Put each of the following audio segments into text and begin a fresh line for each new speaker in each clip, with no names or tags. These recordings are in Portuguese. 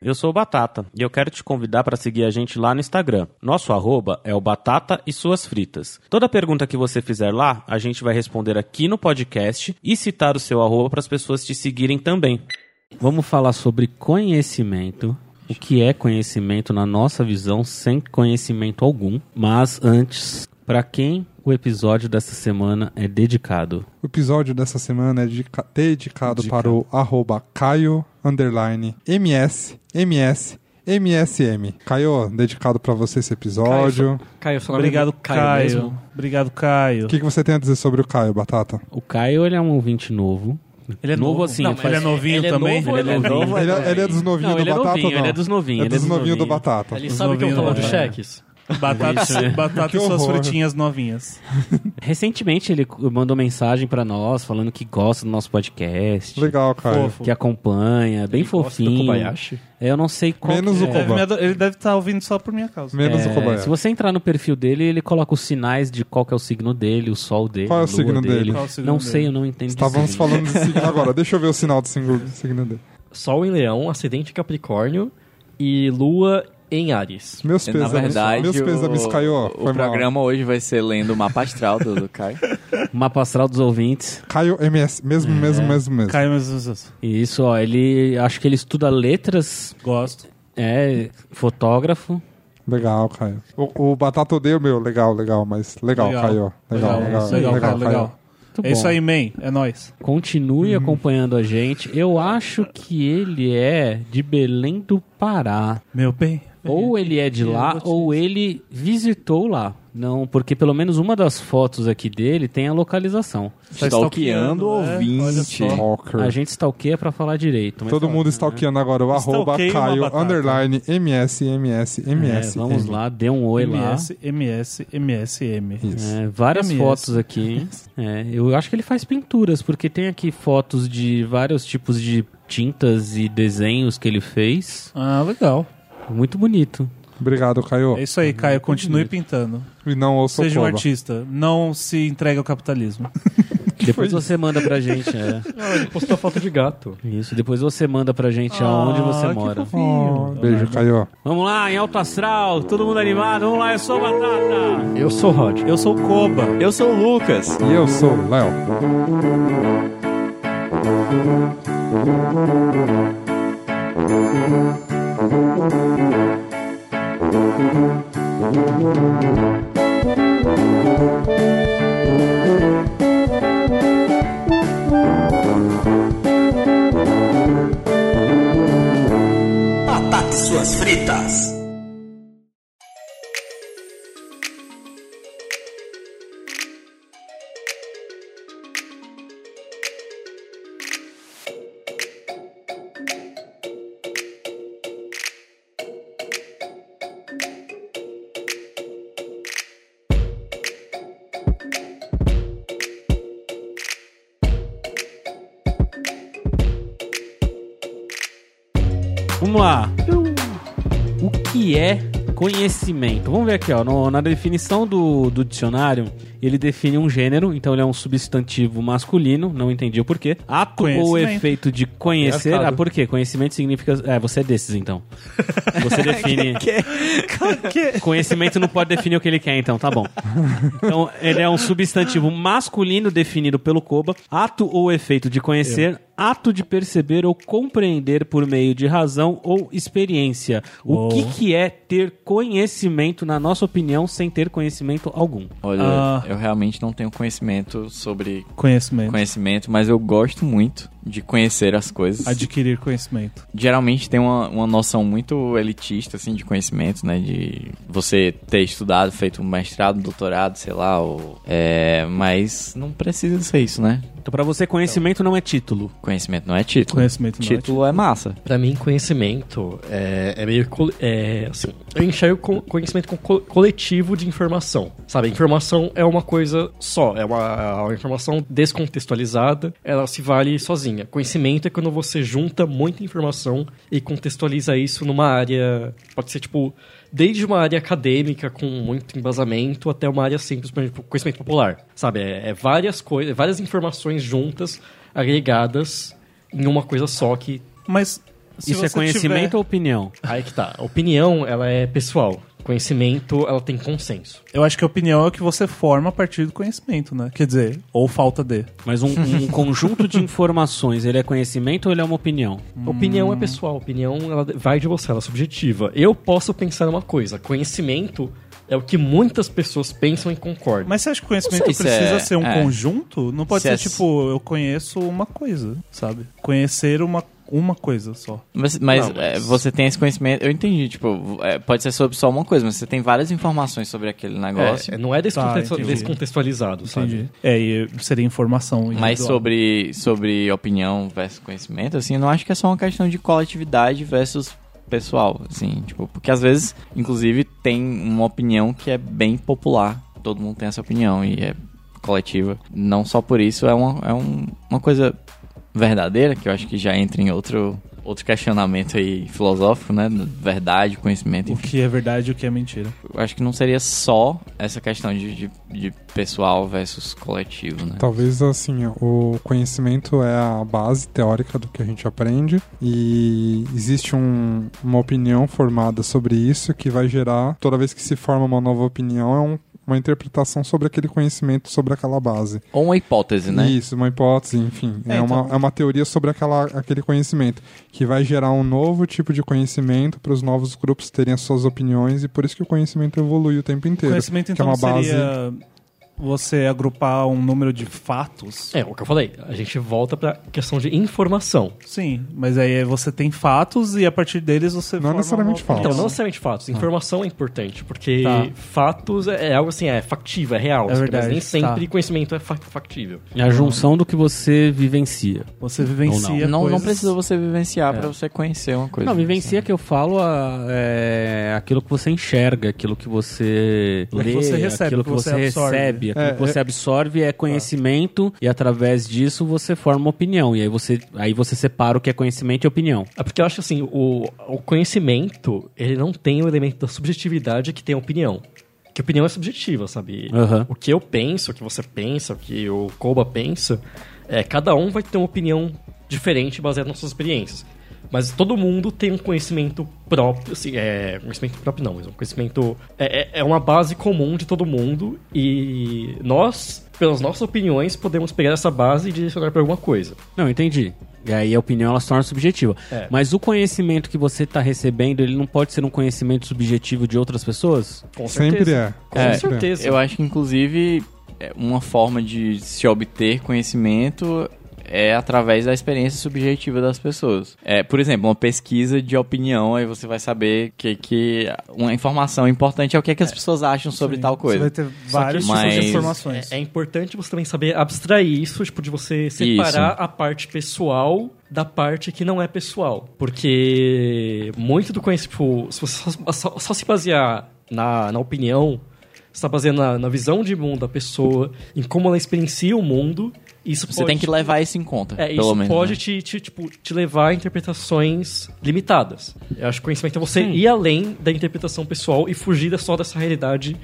Eu sou o Batata e eu quero te convidar para seguir a gente lá no Instagram. Nosso arroba é o Batata e Suas Fritas. Toda pergunta que você fizer lá, a gente vai responder aqui no podcast e citar o seu arroba para as pessoas te seguirem também. Vamos falar sobre conhecimento. O que é conhecimento na nossa visão, sem conhecimento algum. Mas antes, para quem o episódio dessa semana é dedicado?
O episódio dessa semana é dedica- dedicado para o arroba Caio underline MS MS MSM. Caio, dedicado para você esse episódio.
Caio, seu nome
Obrigado,
é Caio.
Caio.
mesmo?
Obrigado, Caio.
O que, que você tem a dizer sobre o Caio, Batata?
O Caio ele é um ouvinte novo.
Ele é
Novo
novo,
assim,
Não,
ele
ele é novinho
ele é
também.
novo,
ele é novinho.
Ele, é- ele é dos novinhos
Não,
do
ele é
Batata
novinho,
ou não?
ele é dos novinhos,
É
ele é dos
dos novinho do
novinhos.
Batata.
Ele
Os
sabe que eu tô
novinhos,
falando de
né?
cheques.
Isso, é.
Batata, batata
Que
e suas
horror.
frutinhas novinhas.
Recentemente ele mandou mensagem pra nós falando que gosta do nosso podcast,
Legal, Caio.
Fofo.
que acompanha, bem fofinho. É, Eu não sei qual
Menos
que é.
o
Ele deve
Kobayashi.
me ador- ele deve estar ouvindo só por minha causa.
Menos
É,
o Kobayashi.
se você entrar no perfil dele, ele coloca os sinais de qual que é o signo dele, o sol dele,
Qual é o
a lua
signo dele?
Qual é o signo
não
dele?
sei, eu não entendo. de
Estávamos
signo.
falando de signo agora. Deixa eu ver o sinal do signo, do signo dele.
Sol em Leão, acidente em Capricórnio e Lua em Ares.
Meus
Na
pêsames.
verdade,
meus pêsames,
o,
Caio.
o
foi mal.
programa hoje vai ser lendo o mapa astral do, do Caio.
Tá
Mapa astral dos ouvintes.
Caio MS. Mesmo, mesmo,
É.
mesmo, mesmo.
Caio, mas mas- mas-
E isso, ó, ele acho que ele estuda letras,
gosto.
é fotógrafo.
Legal, Caio. O, o Batata odeia o meu. Legal, legal, mas legal,
Legal.
Caio. Legal, legal,
isso, legal, Caio, legal.
Muito
É isso
bom.
aí, Uhum. man. É nóis.
Continue acompanhando a gente. Eu acho que ele é de Belém do Pará.
Meu bem.
Ou ele é de lá, ou ele visitou lá. Não, porque pelo menos uma das fotos aqui dele tem a localização.
Stalkeando
é?
o
Olha
ouvinte.
só.
Stalker.
A gente é stalkeia pra falar direito. mas
Todo
tá.
mundo stalkeando agora o arroba
Stalkeia uma
Caio
batata.
underline MS, MS,
É,
MS.
vamos lá, dê um oi lá.
MS, MS, MSM.
Isso.
É, várias
MS.
fotos aqui. hein? É, eu acho que ele faz pinturas, porque tem aqui fotos de vários tipos de tintas e desenhos que ele fez.
Ah, legal.
Muito bonito.
Obrigado, Caio.
É isso aí, Caio. Continue pintando.
E não ouça o
Seja um
Koba.
artista. Não se entregue ao capitalismo.
Depois você manda pra gente. É.
Ele postou foto de gato. Ah,
Isso, depois você manda pra gente aonde
Ah,
você mora.
Oh, beijo, Caio.
Vamos lá, em alto astral, todo mundo animado, vamos lá, eu sou o Batata!
Eu sou o Rod.
Eu sou o Koba.
Eu sou o Lucas.
E eu sou o Léo.
Batata e suas fritas.
Vamos lá! O que é conhecimento? Vamos ver aqui, ó, no- na definição do, do dicionário, ele define um gênero, então ele é um substantivo masculino, não entendi o porquê. Ato ou
Conhecimento.
efeito de conhecer,
Engraçado.
ah, por quê? Conhecimento significa... É, você é desses, então. Você define... Conhecimento não pode definir o que ele quer, então, tá bom. Então, ele é um substantivo masculino definido pelo Koba, ato ou efeito de conhecer, ato de perceber ou compreender por meio de razão ou experiência. O
Uou.
que, que é ter conhecimento, na nossa opinião, sem ter conhecimento algum?
Olha,
Ah.
eu realmente não tenho conhecimento sobre
Conhecimento.
conhecimento, mas eu gosto muito de conhecer as coisas.
Adquirir conhecimento.
Geralmente tem uma, uma noção muito elitista, assim, de conhecimento, né? De você ter estudado, feito um mestrado, doutorado, sei lá, ou... É, mas não precisa ser isso, né?
Então, pra você, conhecimento não é título.
Conhecimento não é título.
Conhecimento não é
Título é massa.
Pra mim, conhecimento é, é meio. col- É, assim, eu enxergo co- conhecimento como co- coletivo de informação. Sabe, informação é uma coisa só, é uma, uma informação descontextualizada, ela se vale sozinha. Conhecimento é quando você junta muita informação e contextualiza isso numa área. Pode ser tipo. Desde uma área acadêmica com muito embasamento até uma área simples, por exemplo, conhecimento popular. Sabe? É, é várias coisas, várias informações juntas, agregadas em uma coisa só que
Mas se
Isso é
você
conhecimento
tiver-
ou opinião?
Aí que tá. A opinião, ela é pessoal. Conhecimento, ela tem consenso.
Eu acho que a opinião é o que você forma a partir do conhecimento, né? Quer dizer, ou falta de.
Mas um, um conjunto de informações, ele é conhecimento ou ele é uma opinião?
Opinião é
Hum.
pessoal. Opinião, ela vai de você, ela é subjetiva. Eu posso pensar uma coisa. Conhecimento é o que muitas pessoas pensam e concordam.
Mas você acha que conhecimento
Não sei se
precisa
é-
ser um
é.
conjunto? Não pode
Se é-
ser tipo, eu conheço uma coisa, sabe? Conhecer uma, uma coisa só.
Mas, mas,
Não, mas-
é, você tem esse conhecimento. Eu entendi, tipo, é, pode ser sobre só uma coisa, mas você tem várias informações sobre aquele negócio.
É, não é descontextu-
tá, entendi.
descontextualizado, sabe?
É, e seria informação.
Mas
individual.
sobre, sobre opinião versus conhecimento, assim, eu não acho que é só uma questão de coletividade versus pessoal, assim, tipo, porque às vezes, inclusive, tem uma opinião que é bem popular, todo mundo tem essa opinião e é coletiva. Não só por isso, é uma, é um- uma coisa verdadeira, que eu acho que já entra em outro, outro questionamento aí filosófico, né, verdade, conhecimento,
O
enfim.
que é verdade e o que é mentira.
Eu acho que não seria só essa questão de, de, de pessoal versus coletivo, né.
Então,
Talvez assim, o conhecimento é a base teórica do que a gente aprende e existe um- uma opinião formada sobre isso que vai gerar, toda vez que se forma uma nova opinião, é um- uma interpretação sobre aquele conhecimento, sobre aquela base.
Ou uma hipótese, né?
Isso, uma hipótese, enfim. É,
É, então-
uma, é uma teoria sobre aquela, aquele conhecimento, que vai gerar um novo tipo de conhecimento para os novos grupos terem as suas opiniões e por isso que o conhecimento evolui o tempo inteiro.
Conhecimento,
que é
então,
uma base.
seria você agrupar um número de fatos.
É, o que eu falei. A gente volta pra questão de informação.
Sim, mas aí você tem fatos e a partir deles você
Não é necessariamente fatos.
Então, não
não
necessariamente fatos. Informação é importante, porque
Ah. Tá.
fatos é é algo assim, é factível, é real.
É verdade,
Mas nem
tá.
sempre conhecimento é fa- factível.
É a junção do que você vivencia.
você vivencia
Não, não
coisas-
precisa você vivenciar pra você conhecer uma coisa. assim.
Não, vivencia que eu falo a- é aquilo que você enxerga, aquilo que você
É que
lê,
você recebe,
aquilo
que
que
você
você,
absorve.
recebe, aquilo
É,
que você absorve é conhecimento e através disso você forma uma opinião e aí você aí você separa o que é conhecimento e opinião.
É porque eu acho que, assim, o, o conhecimento, ele não tem o elemento da subjetividade que tem a opinião. Que a opinião é subjetiva, sabe?
Aham.
O que eu penso, o que você pensa, o que o Koba pensa, é, cada um vai ter uma opinião diferente baseada nas suas experiências. Mas todo mundo tem um conhecimento próprio, assim, é, conhecimento próprio não, mas um conhecimento... É, é- é uma base comum de todo mundo e nós, pelas nossas opiniões, podemos pegar essa base e direcionar para alguma coisa.
Não, entendi. E aí a opinião ela se torna subjetiva.
É.
Mas o conhecimento que você está recebendo, ele não pode ser um conhecimento subjetivo de outras pessoas?
Com
Sempre
certeza.
é.
Com
É,
certeza.
Eu acho que, inclusive, é, uma forma de se obter conhecimento é através da experiência subjetiva das pessoas. É, por exemplo, uma pesquisa de opinião, aí você vai saber que, que uma informação importante é o que, é que as pessoas acham sobre
Sim,
tal coisa.
Você vai ter vários tipos
mas-
de informações.
É, é importante você também saber abstrair isso, tipo, de você separar a parte pessoal da parte que não é pessoal. Porque muito do conhecimento, tipo, se você só, só- só se basear na, na opinião, você tá baseando na, na visão de mundo da pessoa, em como ela experiencia o mundo, isso
Você
pode...
tem que levar isso em conta,
É,
pelo
isso
menos.
pode
né?
te, te, tipo, te levar a interpretações limitadas. Eu acho que o conhecimento é você ir além da interpretação pessoal e fugir só dessa realidade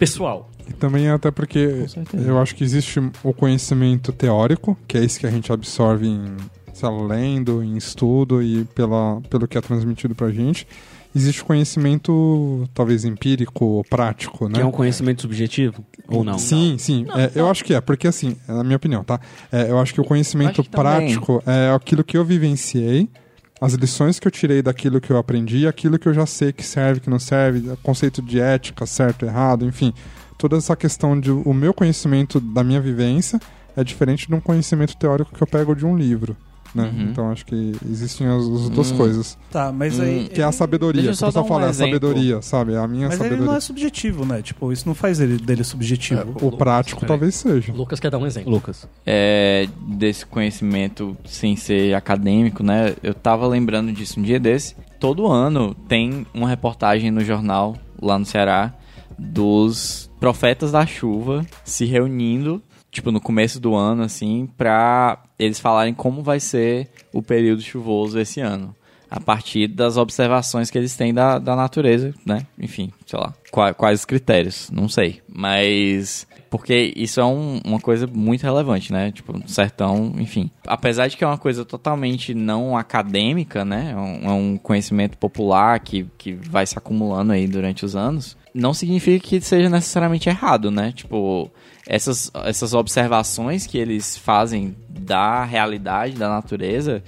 pessoal.
E também é até porque eu acho que existe o conhecimento teórico, que é isso que a gente absorve em, sei lá, lendo, em estudo e pela, pelo que é transmitido pra gente. Existe o conhecimento, talvez, empírico ou prático, né?
Que é um conhecimento subjetivo? Ou não?
Sim, sim. É, eu acho que é, porque assim, é na minha opinião, tá? É, eu acho que o conhecimento
Acho que também.
prático é aquilo que eu vivenciei, as lições que eu tirei daquilo que eu aprendi, aquilo que eu já sei que serve, que não serve, é conceito de ética, certo, errado, enfim. Toda essa questão de o meu conhecimento da minha vivência é diferente de um conhecimento teórico que eu pego de um livro. Né?
Uhum.
Então acho que existem as, as duas
Hum.
coisas.
Tá, mas
Hum.
aí.
Que é a sabedoria.
Deixa
que
eu
O
só
pessoal
dar um
fala, é a
exemplo.
sabedoria, sabe? É a minha
Mas ele
sabedoria.
não é subjetivo, né? Tipo, isso não faz ele, dele subjetivo.
O prático talvez seja.
O Lucas quer dar um exemplo.
Lucas.
é, desse conhecimento sem ser acadêmico, né? Eu tava lembrando disso um dia desse. Todo ano tem uma reportagem no jornal, lá no Ceará, dos profetas da chuva se reunindo, tipo, no começo do ano, assim, pra eles falarem como vai ser o período chuvoso esse ano. a partir das observações que eles têm da, da natureza, né? Enfim, sei lá. Qua- quais os critérios? Não sei. Mas. Porque isso é um- uma coisa muito relevante, né? Tipo, no sertão, enfim. Apesar de que é uma coisa totalmente não acadêmica, né? É um, é um conhecimento popular que, que vai se acumulando aí durante os anos. Não significa que seja necessariamente errado, né? Tipo, essas, essas observações que eles fazem da realidade, da natureza,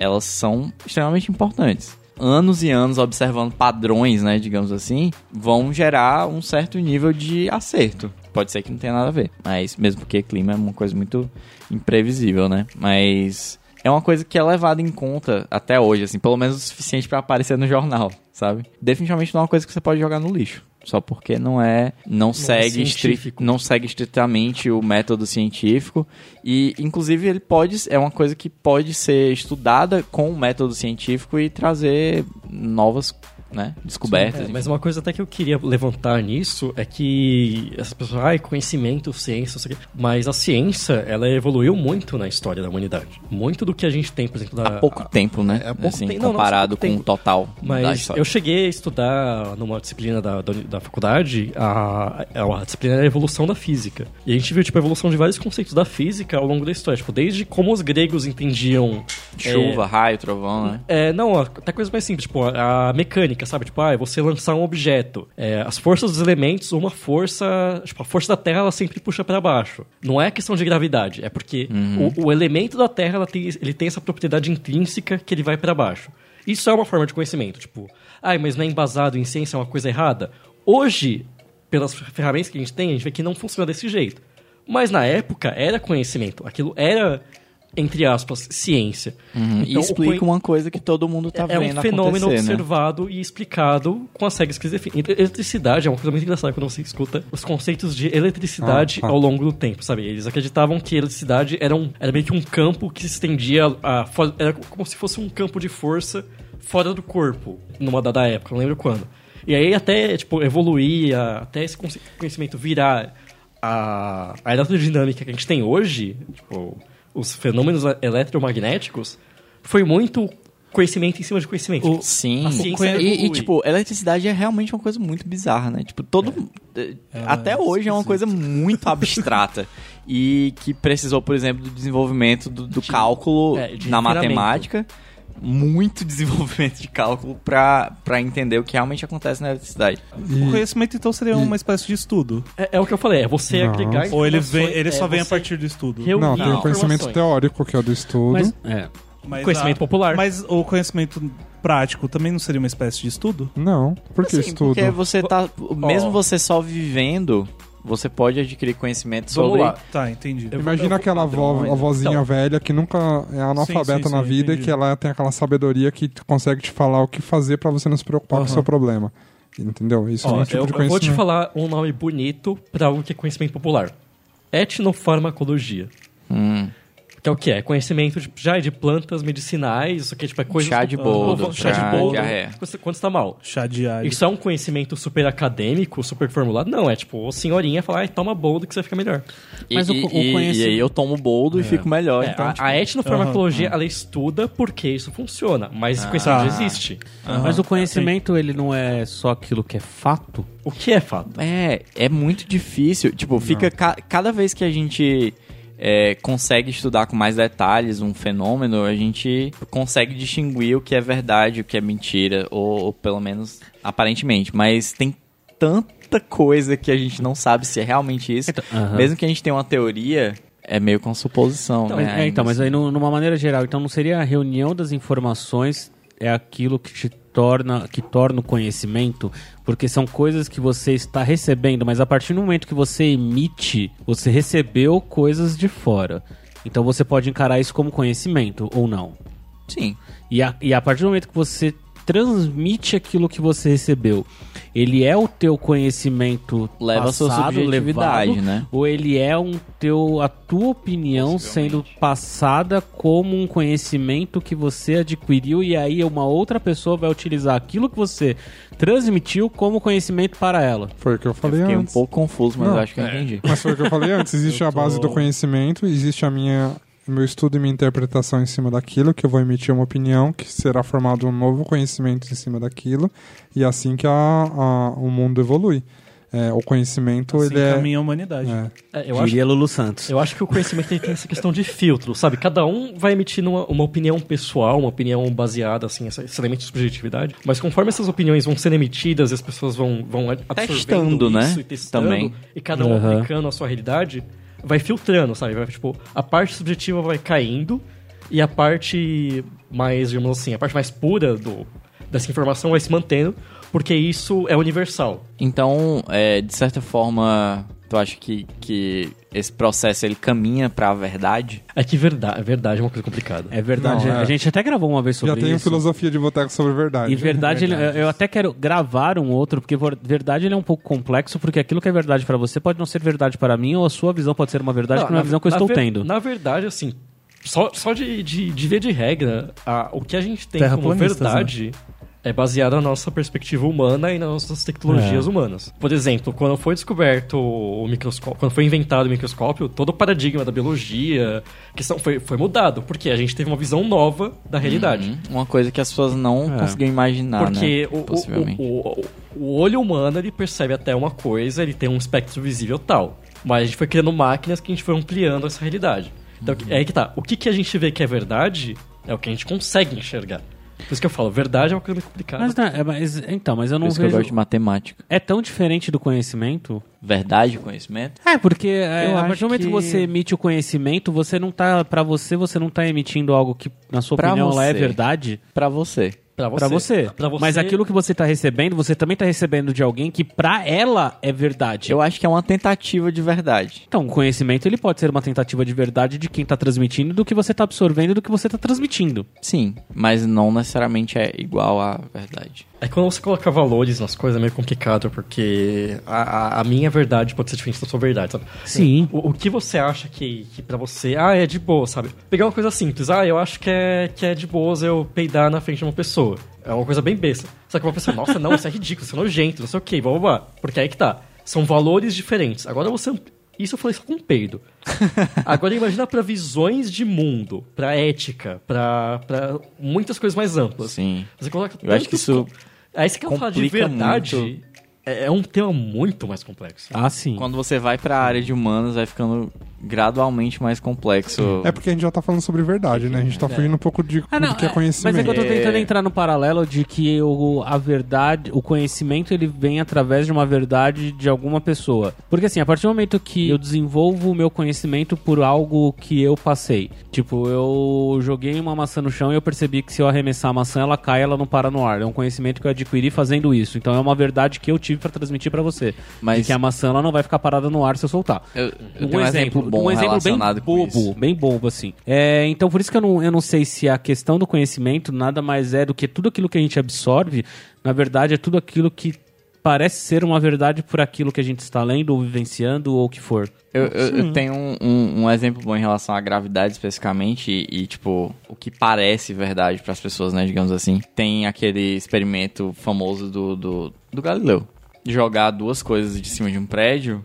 elas são extremamente importantes. Anos e anos observando padrões, né, digamos assim, vão gerar um certo nível de acerto. Pode ser que não tenha nada a ver, mas mesmo porque clima é uma coisa muito imprevisível, né? Mas é uma coisa que é levada em conta até hoje, assim, pelo menos o suficiente pra aparecer no jornal, sabe? Definitivamente não é uma coisa que você pode jogar no lixo. Só porque não é. Não, segue estri,
científico.
não segue estritamente o método científico. E, inclusive, ele pode. É uma coisa que pode ser estudada com o método científico e trazer novas né, descobertas.
É, mas uma coisa até que eu queria levantar nisso é que essas pessoas, ai, conhecimento, ciência, não sei o quê. mas a ciência, ela evoluiu muito na história da humanidade. Muito do que a gente tem, por exemplo,
há
da,
pouco tempo, né?
ah, é, há pouco
assim,
tempo- não, não,
comparado
pouco
com
tempo.
o total da
Mas
história.
eu cheguei a estudar numa disciplina da, da, da faculdade, a, a, a disciplina era a evolução da física. E a gente viu, tipo, a evolução de vários conceitos da física ao longo da história. Tipo, desde como os gregos entendiam...
É, Chuva, raio, trovão, né?
É, não, até coisa mais simples, tipo, a, a mecânica, sabe? Tipo, ah, você lançar um objeto. É, as forças dos elementos, uma força. Tipo, a força da Terra ela sempre puxa pra baixo. Não é questão de gravidade, é porque
Uhum.
o, o elemento da Terra ela tem, ele tem essa propriedade intrínseca que ele vai pra baixo. Isso é uma forma de conhecimento, tipo, ai, mas não é embasado em ciência, é uma coisa errada. Hoje, pelas ferramentas que a gente tem, a gente vê que não funciona desse jeito. Mas na época era conhecimento, aquilo era, entre aspas, ciência.
Uhum. e
Então, o
explica
conhe-
uma coisa que todo mundo tá
é
vendo
um fenômeno
acontecer, né?
observado e explicado com as regras que eles definem. Ele- Eletricidade é uma coisa muito engraçada quando você escuta os conceitos de eletricidade
Ah, tá.
ao longo do tempo, sabe? Eles acreditavam que eletricidade era, um, era meio que um campo que se estendia a, fora- era como se fosse um campo de força fora do corpo, numa dada época, não lembro quando. E aí até, tipo, evoluir, a- até esse conce- conhecimento virar a, a eletrodinâmica que a gente tem hoje, tipo, os fenômenos a- eletromagnéticos, foi muito conhecimento em cima de conhecimento. Tipo,
Sim,
A ciência
E- e,
evolui.
tipo, eletricidade é realmente uma coisa muito bizarra, né? Tipo, todo. eh, Até hoje é uma coisa muito abstrata. E que precisou, por exemplo, do desenvolvimento do, do cálculo
é, de
na
refinamento.
matemática. Muito desenvolvimento de cálculo pra, pra entender o que realmente acontece na eletricidade.
O conhecimento, então, seria uma espécie de estudo.
É, é o que eu falei, é você
Não.
agregar
Ou ele,
informações,
vem, ele
é
só vem a
você
partir do estudo.
reunir
Não, tem o conhecimento
informações.
teórico, que é o do estudo.
Uhum.
Mas-
É.
Mas
Conhecimento
a-
popular.
Mas o conhecimento prático também não seria uma espécie de estudo?
Não. Por que
Assim,
estudo?
Porque você tá. Mesmo
Ó.
você só vivendo, você pode adquirir conhecimento
Vamos
sobre.
lá.
Tá, entendi.
Eu-
Imagina aquela avó,
padrões.
avózinha
Então.
velha que nunca é analfabeta
Sim, sim,
na
sim,
vida e
entendi.
que ela tem aquela sabedoria que t- consegue te falar o que fazer pra você não se preocupar com o seu problema. Entendeu? Isso é
Ó,
um tipo
eu,
de
eu vou te
conhecimento.
falar um nome bonito pra algo que é conhecimento popular. Etnofarmacologia.
Hum,
Que é o que é? Conhecimento de, já de plantas medicinais, isso aqui tipo, é coisa...
Chá de boldo,
chá
chá
de boldo,
de arré.
quando, quando você tá mal.
Chá de alho.
Isso é um conhecimento super acadêmico, super formulado? Não, é tipo, o senhorinha falar, "Ai, toma boldo que você fica melhor.
e,
Mas o
e-
co- o
e- e
conhecimento-
aí eu tomo boldo e fico melhor.
É,
então,
a,
tipo,
a etnofarmacologia, ela estuda porque isso funciona, mas esse conhecimento já existe.
Mas o conhecimento, ele não é só aquilo que é fato?
O que é fato?
É, é muito difícil. Tipo, fica ca- cada vez que a gente é, consegue estudar com mais detalhes um fenômeno, a gente consegue distinguir o que é verdade, o que é mentira, ou, ou pelo menos aparentemente. Mas tem tanta coisa que a gente não sabe se é realmente isso.
aham.
Mesmo que a gente tenha uma teoria, é meio com suposição,
Então,
né?
é, então, mas
ainda
aí nu- numa maneira geral, então não seria a reunião das informações é aquilo que te torna, que torna o conhecimento, porque são coisas que você está recebendo, mas a partir do momento que você emite, você recebeu coisas de fora. Então você pode encarar isso como conhecimento ou não.
assim. Sim.
E a, e a partir do momento que você transmite aquilo que você recebeu, ele é o teu conhecimento
Leva a sua
passado,
subjetividade,
levado,
né?
Ou ele é um teu a tua opinião sendo passada como um conhecimento que você adquiriu e aí uma outra pessoa vai utilizar aquilo que você transmitiu como conhecimento para ela.
Foi o que eu falei
Fiquei um
antes.
pouco confuso, mas
Não,
eu acho que eu entendi.
Mas foi o que eu falei antes. Existe
Eu
a base
tô-
do conhecimento, existe a minha meu estudo e minha interpretação em cima daquilo, que eu vou emitir uma opinião, que será formado um novo conhecimento em cima daquilo, e é assim que a- a- o mundo evolui. É, o conhecimento,
Assim
ele é...
caminha a humanidade.
é.
É, eu, acho,
Diria Lulu Santos.
eu acho que o conhecimento ele tem essa questão de filtro, sabe? Cada um vai emitindo uma, uma opinião pessoal, uma opinião baseada, assim, essa- esse elemento de subjetividade. Mas conforme essas opiniões vão sendo emitidas e as pessoas vão, vão absorvendo
Testando, né?
isso e testando,
Também.
e cada um
Aham.
aplicando a sua realidade, vai filtrando, sabe? Vai, tipo, a parte subjetiva vai caindo e a parte mais, digamos assim, a parte mais pura do, dessa informação vai se mantendo, porque isso é universal.
Então, é, de certa forma, tu acha que, que esse processo ele caminha pra verdade?
É que verdade, verdade é uma coisa complicada.
É verdade.
Não, é.
A gente até gravou uma vez sobre
Já tenho
isso.
filosofia de boteco sobre verdade.
E verdade, ele- eu- eu até quero gravar um outro, porque vor- verdade ele é um pouco complexo, porque aquilo que é verdade pra você pode não ser verdade para mim, ou a sua visão pode ser uma verdade que não é a
na-
visão que eu
na
estou
ver-
tendo.
Na verdade, assim, só, só de, de, de ver de regra, a- o que a gente tem como
Terraplanistas,
verdade é baseado na nossa perspectiva humana e nas nossas tecnologias
É.
humanas. Por exemplo, quando foi descoberto o microscópio, quando foi inventado o microscópio, todo o paradigma da biologia que são, foi, foi mudado, porque a gente teve uma visão nova da realidade.
Uhum. Uma coisa que as pessoas não
É.
conseguiam imaginar,
Porque
né?
o-
Possivelmente.
o, o, o, o olho humano ele percebe até uma coisa, ele tem um espectro visível tal. Mas a gente foi criando máquinas que a gente foi ampliando essa realidade. Então
Uhum.
é aí que tá. O que, que a gente vê que é verdade é o que a gente consegue enxergar. Por isso que eu falo, verdade é uma coisa meio complicada.
Mas, né, é, mas- então, mas eu
Por
não
isso que eu
vejo...
gosto de matemática.
É tão diferente do conhecimento?
Verdade, conhecimento?
É, porque é,
Eu
a
acho
partir do momento que...
que-
você emite o conhecimento, você não tá. Pra você, você não tá emitindo algo que, na sua
Pra
opinião, lá é
você.
verdade.
Pra você.
Pra você.
Pra você.
Pra você.
Mas aquilo que você tá recebendo, você também tá recebendo de alguém que pra ela é verdade.
Eu acho que é uma tentativa de verdade.
Então, o conhecimento ele pode ser uma tentativa de verdade de quem tá transmitindo, do que você tá absorvendo, do que você tá transmitindo.
Sim, mas não necessariamente é igual à verdade.
É que quando você coloca valores nas coisas é meio complicado, porque a, a- a minha verdade pode ser diferente da sua verdade, sabe?
Sim.
O, o que você acha que, que para você, ah, é de boa, sabe? Pegar uma coisa simples, ah, eu acho que é, que é de boas eu peidar na frente de uma pessoa. É uma coisa bem besta. Só que uma pessoa, nossa, não, isso é ridículo, isso é nojento, não sei o que, blá blá blá. Porque aí que tá. São valores diferentes. Agora você. ampli- Isso eu falei só com um peido. Agora imagina pra visões de mundo, pra ética, pra, pra muitas coisas mais amplas.
Sim.
Você coloca
Eu acho que
tantos
isso
co- É Aí você quer falar de
complica
verdade.
muito.
É é um tema muito mais complexo.
Ah, sim.
Quando você vai pra área de humanas, vai ficando gradualmente mais complexo.
É porque a gente já tá falando sobre verdade, né? A gente tá fugindo um pouco de
Ah, não,
do
é- mas
que é
é que
conhecimento.
eu tô
É.
tentando entrar no paralelo de que o, a verdade, o conhecimento, ele vem através de uma verdade de alguma pessoa. Porque assim, a partir do momento que eu desenvolvo o meu conhecimento por algo que eu passei. Tipo, eu joguei uma maçã no chão e eu percebi que se eu arremessar a maçã, ela cai, ela não para no ar. É um conhecimento que eu adquiri fazendo isso. Então é uma verdade que eu tive pra transmitir pra você.
Mas-
De que a maçã ela não vai ficar parada no ar se eu soltar
Eu, eu tenho um exemplo bom
um exemplo bem
relacionado com
bobo,
isso.
bem bobo, assim. É, então, por isso que eu não, eu não sei se a questão do conhecimento nada mais é do que tudo aquilo que a gente absorve, na verdade, é tudo aquilo que parece ser uma verdade por aquilo que a gente está lendo ou vivenciando ou o que for.
Eu, eu- eu tenho um, um- um exemplo bom em relação à gravidade especificamente e, e, tipo, o que parece verdade para as pessoas, né, digamos assim. Tem aquele experimento famoso do, do, do Galileu. De Jogar duas coisas de cima de um prédio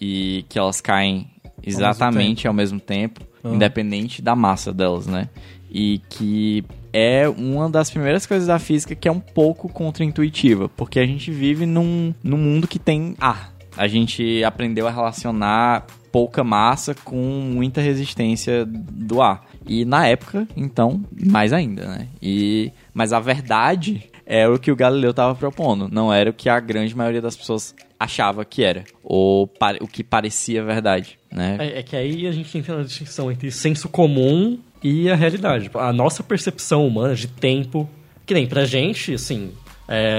e que elas caem exatamente ao mesmo tempo, independente da massa delas, né? E que é uma das primeiras coisas da física que é um pouco contraintuitiva, porque a gente vive num, num mundo que tem ar. A gente aprendeu a relacionar pouca massa com muita resistência do ar. E na época, então, mais ainda, né? E, mas a verdade era o que o Galileu estava propondo, não era o que a grande maioria das pessoas achava que era, ou pare- o que parecia verdade, né?
É, é que aí a gente entra na distinção entre senso comum e a realidade. A nossa percepção humana de tempo, que nem pra gente, assim, é,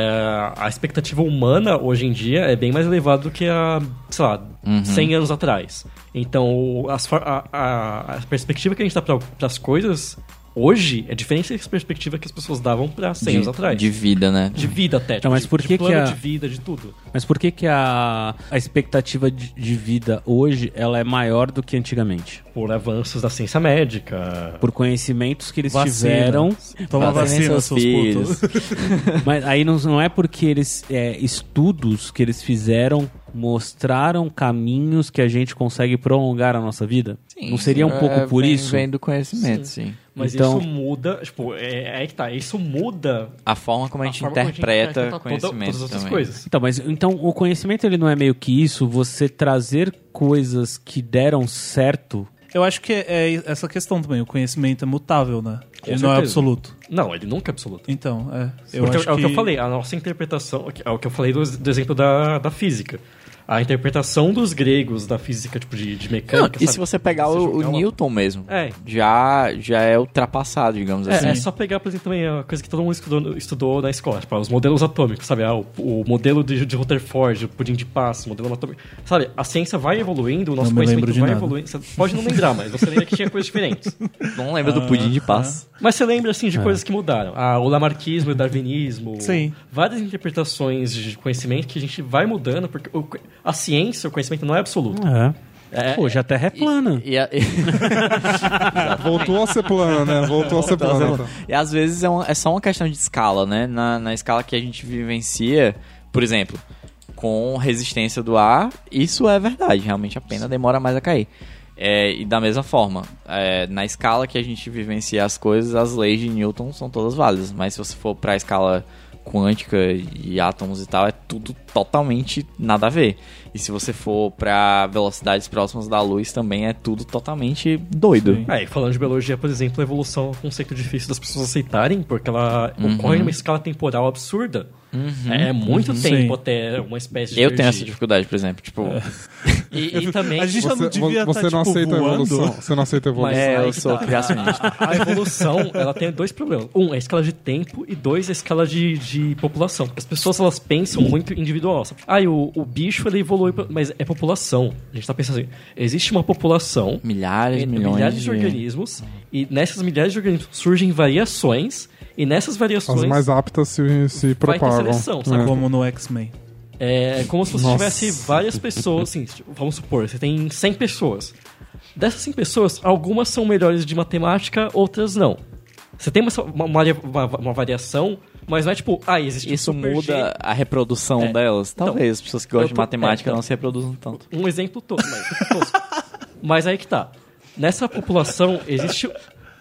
a expectativa humana hoje em dia é bem mais elevada do que a, sei lá,
Uhum.
100 anos atrás. Então, o- as for- a, a- a perspectiva que a gente dá pra, pras coisas hoje é diferente da perspectiva que as pessoas davam pra 100 anos
de,
atrás.
de
De,
vida, né?
vida até. tipo,
Então, mas
de-
por
de
que que
plano
a-
de vida, de tudo.
Mas por que, que a, a expectativa de, de vida hoje ela é maior do que antigamente?
Por avanços da ciência médica.
Por conhecimentos que eles
Vacina.
tiveram.
Toma
Fazem
vacina,
seus
seus
filhos.
putos.
Mas aí não, não é porque eles. é, estudos que eles fizeram mostraram caminhos que a gente consegue prolongar a nossa vida?
Sim,
Não seria um
é,
pouco por
vem-
isso?
Vem do conhecimento, sim.
Mas
Então-
isso muda, tipo, é, é que tá, isso muda
A forma como a gente
forma como a gente
interpreta
toda-
conhecimento
todas essas
também.
coisas.
Então, mas então o conhecimento ele não é meio que isso, você trazer coisas que deram certo.
Eu acho que é essa questão também. O conhecimento é mutável, né?
Com
Ele não é
certeza.
absoluto.
Não, ele nunca é absoluto.
Então, é. Eu
Porque
acho
é o que eu falei, a nossa interpretação, é o que eu falei do, do exemplo da, da física. A interpretação dos gregos da física, tipo, de, de
Não,
mecânica.
e
sabe?
se você pegar o, o
jogar uma-
Newton mesmo,
É.
já, já é ultrapassado, digamos assim.
É, é só pegar, por exemplo, também a coisa que todo mundo estudou, estudou na escola, tipo, os modelos atômicos, sabe? Ah, o, o modelo de, de Rutherford, o pudim de passo, o modelo atômico. Sabe, a ciência vai evoluindo, o nosso
Não me
conhecimento
lembro de
vai
nada.
evoluindo. Você pode não lembrar, mas você lembra que tinha coisas diferentes.
Não lembra do pudim
Ah,
de paz.
Mas você lembra, assim,
É.
de coisas que mudaram. Ah, o lamarquismo, o darwinismo.
Sim.
Várias interpretações de conhecimento que a gente vai mudando, porque o- a ciência, o conhecimento não é absoluto.
É.
É,
Hoje a Terra é plana.
E, a-
Voltou a ser plano, né? Voltou a ser plano. tá.
Então, e às vezes é, uma- é só uma questão de escala, né? Na, na escala que a gente vivencia, por exemplo, com resistência do ar, isso é verdade. Realmente a pena demora mais a cair. É, e da mesma forma, é, na escala que a gente vivencia as coisas, as leis de Newton são todas válidas. Mas se você for pra escala quântica e átomos e tal, é tudo totalmente nada a ver. E se você for pra velocidades próximas da luz, também é tudo totalmente doido.
Sim.
É, e falando de biologia, por exemplo, a evolução é um conceito difícil das pessoas aceitarem, porque ela
Uhum.
ocorre numa escala temporal absurda. É muito
Sim.
tempo até uma espécie de.
Uhum. Eu tenho essa
energia.
dificuldade, por exemplo. Tipo,
E, e também.
A gente já não
Você,
devia
você
tá,
não
tipo,
aceita
voando.
a evolução. Você não aceita a evolução.
é,
aí
eu
que
sou
tá.
criacionista.
A evolução, ela tem dois problemas. Um, a escala de tempo e dois, a escala de, de população. As pessoas, elas pensam muito individual. sabe? Ah, e o, o bicho, ele evolui, pra- mas é população. A gente tá pensando assim, existe uma população,
Milhares,
entre
milhões
milhares de organismos, e nessas milhares de organismos surgem variações, e nessas variações
As mais aptas se, se É.
vai ter
propagam.
seleção, sabe?
tá Como no X-Men.
É como se você
Nossa.
tivesse várias pessoas, assim, tipo, vamos supor, você tem 100 pessoas. Dessas 100 pessoas, algumas são melhores de matemática, outras não. Você tem uma, uma, uma- uma variação, mas não é tipo, ah, existe um
Isso
super
muda a reprodução
É.
delas?
Então,
Talvez. As pessoas que gostam
eu
de
tô-
matemática
é, então.
não se reproduzem tanto.
gênio. Um exemplo todo, mas tosco. Mas aí que tá. Nessa população, existe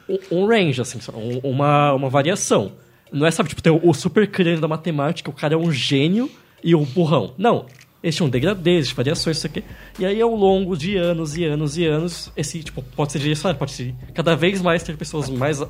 um, um range, assim, só, um- uma, uma variação. Não é, sabe, tipo, tem o, o super crânio da matemática, o cara é um gênio e o burrão. Não. Existe um degradê, existe variações, isso aqui. E aí, ao longo de anos e anos e anos, esse, tipo, pode ser direcionado, pode ser cada vez mais ter pessoas mais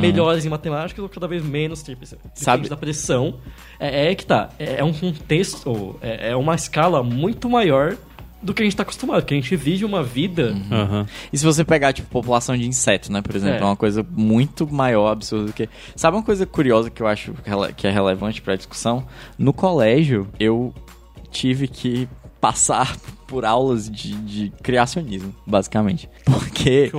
melhores em matemática ou cada vez menos ter pessoas. Depende
Sabe-
da pressão. É, é que tá. É, é um contexto, é, é uma escala muito maior do que a gente tá acostumado, que a gente vive uma vida
Aham.
E se você pegar, tipo, população de inseto, né? Por exemplo, é,
É.
uma coisa muito maior, absurda do que. Sabe uma coisa curiosa que eu acho rele- que é relevante pra discussão? No colégio, eu tive que passar por aulas de, de criacionismo, basicamente. Porque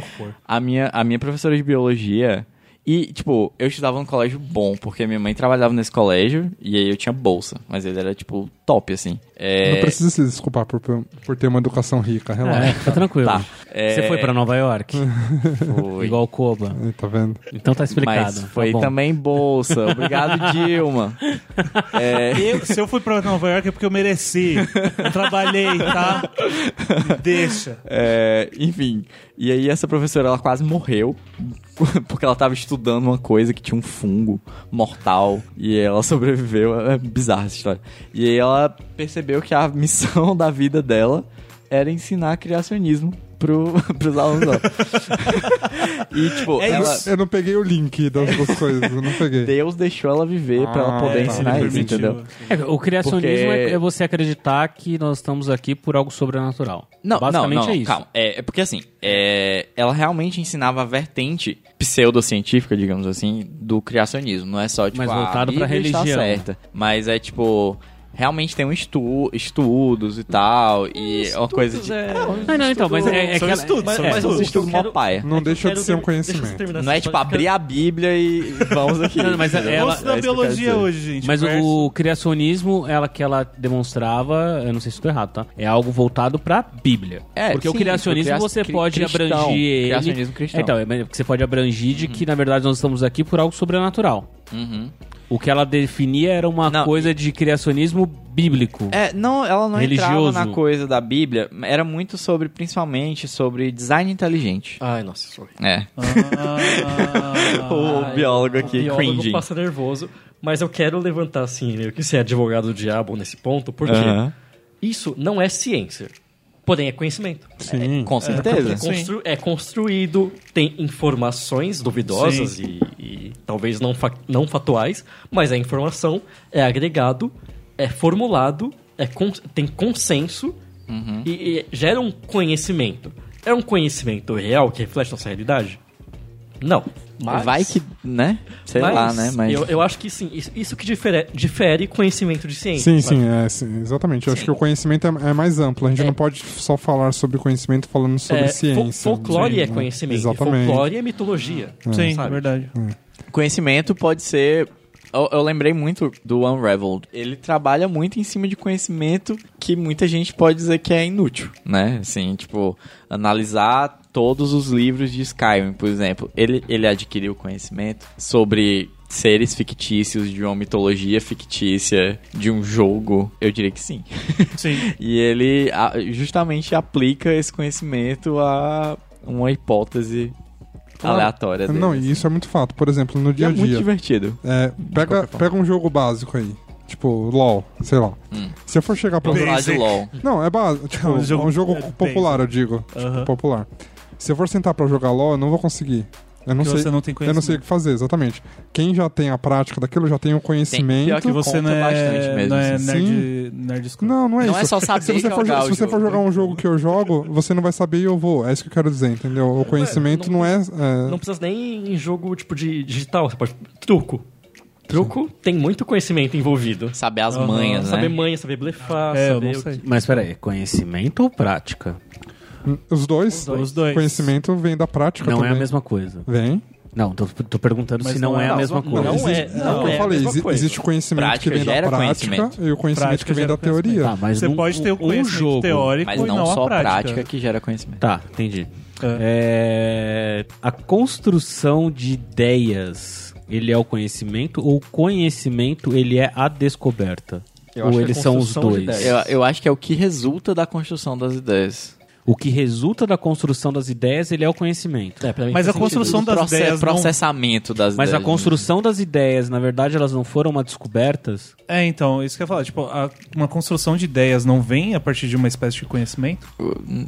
a minha, a minha professora de biologia. E, tipo, eu estudava num colégio bom, porque minha mãe trabalhava nesse colégio e aí eu tinha bolsa. Mas ele era, tipo, top, assim. É,
Não precisa se desculpar por, por ter uma educação rica, relaxa.
É, tá tranquilo.
Tá. É,
Você foi pra Nova York,
foi.
igual o Koba.
Aí, Tá vendo?
Então tá explicado.
Mas
Tá
foi
bom.
também bolsa. Obrigado, Dilma. É,
Eu- se eu fui pra Nova York é porque eu mereci. Eu trabalhei, tá? Me Deixa.
é, enfim, e aí essa professora ela quase morreu porque ela tava estudando uma coisa que tinha um fungo mortal e ela sobreviveu. É bizarra essa história. E aí ela percebeu que a missão da vida dela era ensinar criacionismo pro, pros alunos. dela. e tipo,
É
ela-
Eu não peguei o link das duas coisas, eu não peguei.
Deus deixou ela viver pra ela
Ah,
poder
é,
ele
ensinar isso,
tá. permitiu.
entendeu?
É, o criacionismo
Porque-
é é você acreditar que nós estamos aqui por algo sobrenatural.
Não,
Basicamente
não, não,
é isso.
calma. É, é porque assim, é, ela realmente ensinava a vertente pseudocientífica, digamos assim, do criacionismo. Não é só, tipo,
Mas voltado
a
pra
Bíblia está
religião.
certa. Mas é, tipo, realmente tem um estu, estudos e tal, e uma coisa de...
É,
Não, não, então, mas é, é
São
que-
estudos,
mas-
são
é,
Mas
o
os
que eu
estudos mó
quero-
paia.
Não deixa de ser um
Deixa eu
conhecimento.
terminar
Não
essa
é, tipo,
história,
abrir a Bíblia e vamos aqui.
Não, mas
entendeu?
ela-
Gosto da
É isso que eu quero
biologia
dizer.
hoje, gente.
Mas
Verso.
o, o criacionismo, ela que ela demonstrava, eu não sei se estou errado, tá? É algo voltado pra Bíblia.
É,
porque o
sim,
criacionismo
porque o
você
cri-
pode
cristão,
abranger ele. é,
criacionismo cristão.
Então, é, mas você pode abranger de que na verdade nós estamos aqui por algo sobrenatural.
Uhum.
O que ela definia era uma
Não,
coisa de criacionismo bíblico.
É, não, ela não
Religioso.
entrava na coisa da Bíblia, era muito sobre, principalmente, sobre design inteligente.
Ai, nossa, sorry.
É.
Ah,
o
Ai,
biólogo
o
aqui,
biólogo
cringe.
passa nervoso, mas eu quero levantar assim, meio que ser advogado do diabo nesse ponto, porque
Aham.
isso não é ciência, porém é conhecimento.
Sim.
Com certeza.
É, constru- é construído, tem informações duvidosas e, e talvez não, fa- não factuais, mas a informação é agregado, é formulado, é con- tem consenso e, e gera um conhecimento. É um conhecimento real que reflete nossa realidade? Não. Mas,
Vai que, né? Sei
mas
lá, né? Mas
Eu, eu acho que sim. Isso, isso que difere, difere conhecimento de ciência.
Sim,
sabe?
sim, é, sim, exatamente. Eu acho que o conhecimento é, é mais amplo. A gente
É.
não pode só falar sobre conhecimento falando sobre
É, fo-
ciência.
folclore
Sim,
é
né?
conhecimento.
Exatamente.
Folclore é mitologia.
Sim,
sabe?
verdade.
conhecimento pode ser. Eu, eu lembrei muito do Unraveled. Ele trabalha muito em cima de conhecimento que muita gente pode dizer que é inútil, né? Assim, tipo, analisar todos os livros de Skyrim, por exemplo. Ele, ele adquiriu conhecimento sobre seres fictícios de uma mitologia fictícia de um jogo. Eu diria que sim.
Sim.
E ele a- justamente aplica esse conhecimento a uma hipótese aleatória dele.
Não, e isso é muito fato. Por exemplo, no
E
dia
é
a
muito
dia.
divertido.
é, pega,
qualquer forma.
pega um jogo básico aí. Tipo, LOL, sei lá. Se eu for chegar pra.
Bem-
Vamos lá de
Basic.
LOL.
Não, é básico. Tipo,
É um
é
jogo-
um jogo
é
popular, eu digo.
Aham.
Popular. Se eu for sentar pra jogar LOL, eu não vou conseguir. Eu não
que
sei.
você não tem
Eu não sei o
conhecimento.
que fazer, exatamente. Quem já tem a prática daquilo já tem o conhecimento.
Pior que
Que você não
Conta
é,
bastante mesmo,
não é
assim.
nerd, nerd escuro.
Não, não é
Não
isso.
é só saber
se você, for,
jogar
se
o
você for
jogo.
jogar um jogo que eu jogo, você não vai saber e eu vou. É isso que eu quero dizer, entendeu? O conhecimento não, é, é-
Não precisa nem em jogo tipo de digital, você pode. Truco. Truco tem muito conhecimento envolvido.
Saber as manhas, né?
Saber manha, saber blefar,
É, eu não
saber. o
sei.
que-
Mas peraí, é conhecimento ou prática?
Os dois,
Os dois.
conhecimento vem da prática
Não é
também.
a mesma coisa.
Vem.
Não, tô, tô perguntando
Mas
se não,
não
é
é.
a mesma
Não,
coisa.
não é.
Existe- o que eu
é a
falei,
mesma
exi-
coisa.
existe o conhecimento
Prática
que vem da
gera
prática
conhecimento.
e o conhecimento
Prática
que vem
gera
da teoria.
Tá, mas
Você
num-
pode ter o
um
conhecimento
jogo.
teórico
Mas
e
não, só
a
prática.
prática.
que gera conhecimento.
Tá, entendi. É, a construção de ideias, ele é o conhecimento ou o conhecimento ele é a descoberta?
Eu acho
ou
que é
eles são os
construção de
dois?
Eu, eu acho que é o que resulta da construção das ideias.
O que resulta da construção das ideias, ele é o conhecimento.
É, pra mim
Mas a
faz sentido.
construção
O
das
proce-
ideias não...
processamento das
Mas a
ideias. né?
construção das ideias, na verdade, elas não foram uma descobertas?
É, então, isso que eu ia falar. Tipo, a- uma construção de ideias não vem a partir de uma espécie de conhecimento?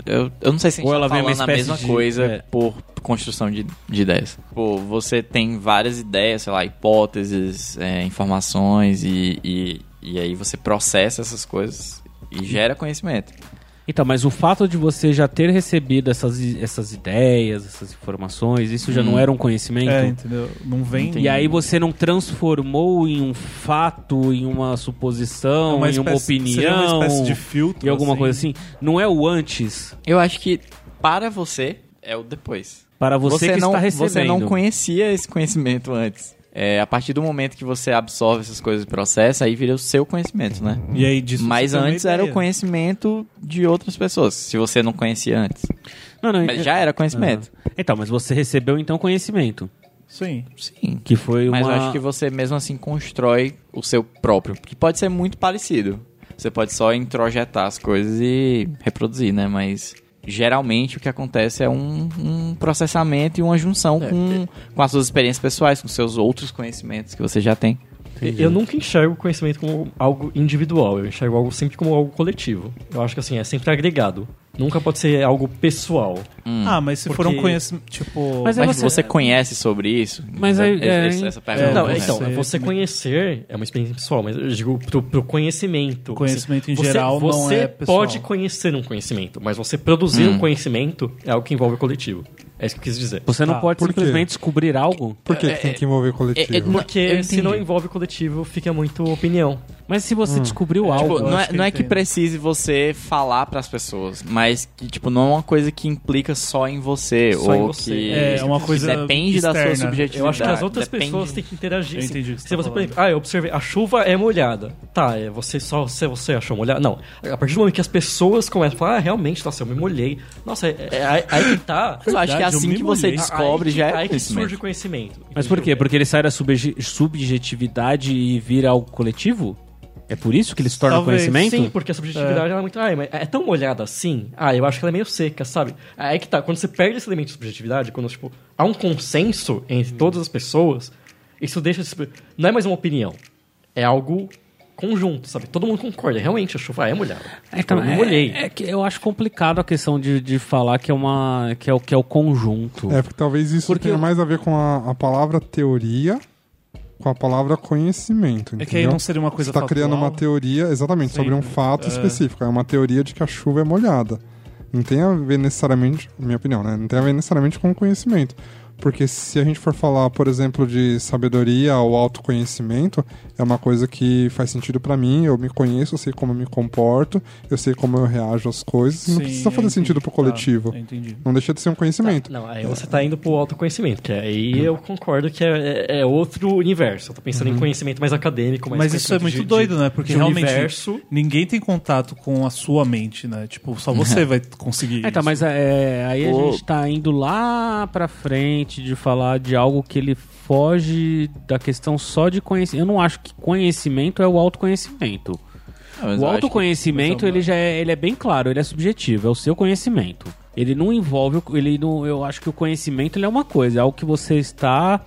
Eu, eu não sei se a gente
Ou
tá
ela vem uma
falando a
espécie
mesma
de-
coisa
é.
por construção de, de ideias. Pô, você tem várias ideias, sei lá, hipóteses, é, informações e, e, e aí você processa essas coisas e gera conhecimento.
Então, mas o fato de você já ter recebido essas, i- essas ideias, essas informações, isso já
Hum.
não era um conhecimento?
É, entendeu? Não vem...
E aí você não transformou em um fato, em uma suposição, em uma
É seria
opinião,
uma espécie de filtro.
em alguma
assim.
coisa assim. Não é o antes
Eu acho que para você é o depois.
para você, que
não,
está recebendo.
Você não conhecia esse conhecimento antes. É, a partir do momento que você absorve essas coisas e processa, aí vira o seu conhecimento, né?
assim.
E aí disso
Mas
você tem uma
antes era o
ideia.
conhecimento de outras pessoas, se você não conhecia antes.
Não, não,
Mas já era
Aham.
conhecimento.
Então, mas você recebeu então conhecimento,
Sim.
Sim.
que foi uma
Mas eu acho que você mesmo assim constrói o seu próprio, que pode ser muito parecido. Você pode só introjetar as coisas e reproduzir, né? Mas geralmente o que acontece é um, um processamento e uma junção com, com as suas experiências pessoais, com seus outros conhecimentos que você já tem.
Eu nunca enxergo o conhecimento como algo individual, eu enxergo algo sempre como algo coletivo. Eu acho que assim, é sempre agregado. Nunca pode ser algo pessoal.
Hum.
Ah, mas se for um
Porque-
conhecimento, tipo...
Mas é-
Mas
você-
você, conhece sobre isso?
Mas aí- é,
essa, essa pergunta.
É,
Não,
pode
né?
então,
ser
você
também.
conhecer é uma experiência pessoal, mas eu digo pro, pro conhecimento.
Conhecimento em
você,
geral não
você
é pessoal.
pode conhecer um conhecimento, mas você produzir um conhecimento é algo que envolve o coletivo. É isso que eu quis dizer.
Você não
Tá,
pode
por quê?
simplesmente descobrir algo?
Por que, que tem que envolver o coletivo?
é- é-
Porque
Eu
se não
entendi.
envolve o coletivo, fica muito opinião.
Mas se
Hum.
você descobriu algo.
Tipo, não,
né?
é, não é que precise você falar pras pessoas, mas que, tipo, não é uma coisa que implica só em você.
Só em
ou
você.
que.
É,
é uma
que
coisa
Depende da
externa.
sua subjetividade.
Eu acho que as outras
depende-
pessoas têm que interagir.
Eu
Se-
entendi o que você
se
tá
você, por
falando.
exemplo, ah, eu observei, a chuva é molhada. Tá, é você só se você achou molhada. Não. A partir do momento que as pessoas começam a falar, ah, realmente, nossa, eu me molhei. Nossa, é, é- aí- aí que tá.
Eu acho que é
Verdade, eu
assim
me
que você
molhei.
descobre
aí,
já é
aí que
conhecimento.
surge o conhecimento.
Mas por quê?
entendeu?
Porque ele sai da subje- subjetividade e vira algo coletivo? É por isso que ele se torna
Talvez,
conhecimento?
Sim, porque a subjetividade ela é muito. Ai, mas é tão molhada assim. Ah, eu acho que ela é meio seca, sabe? Aí que tá. Quando você perde esse elemento de subjetividade, quando tipo, há um consenso entre
Hum.
todas as pessoas, isso deixa. esse- Não é mais uma opinião. É algo conjunto, sabe? Todo mundo concorda. Realmente, a chuva é molhada. Tipo, eu me molhei.
É, que eu acho complicado a questão de, de falar que é uma que é o que é o conjunto.
É, porque talvez isso
Porque
tenha
eu-
mais a ver com a, a palavra teoria com a palavra conhecimento.
É
Entendeu?
que aí não seria uma coisa
Você tá criando
factual.
uma teoria, exatamente, sobre um fato específico. É uma teoria de que a chuva é molhada. Não tem a ver necessariamente, minha opinião, né? Não tem a ver necessariamente com conhecimento. Porque se a gente for falar, por exemplo, de sabedoria ou autoconhecimento, é uma coisa que faz sentido pra mim, eu me conheço, eu sei como eu me comporto, eu sei como eu reajo às coisas, não
Sim,
precisa
eu
fazer sentido
entendi.
pro coletivo.
Tá, eu entendi.
Não deixa de ser um conhecimento.
Não, aí você tá indo pro autoconhecimento, que
Hum.
aí eu concordo que é, é- é outro universo. Eu tô pensando em conhecimento mais acadêmico, mais
Uhum. Mas isso é
conhecimento
muito
de-
doido,
de-
né? Porque
de
realmente
universo.
ninguém tem contato com a sua mente, né? Tipo, só você vai conseguir.
É, tá,
isso.
mas é, aí a
Pô.
gente tá indo lá pra frente de falar de algo que ele foge da questão só de conhecimento. Eu não acho que conhecimento é o autoconhecimento.
Ah, mas
o
eu acho que-
autoconhecimento, ele já é, ele é bem claro, ele é subjetivo, é o seu conhecimento. Ele não envolve, o- ele não, eu acho que o conhecimento ele é uma coisa, é algo que você está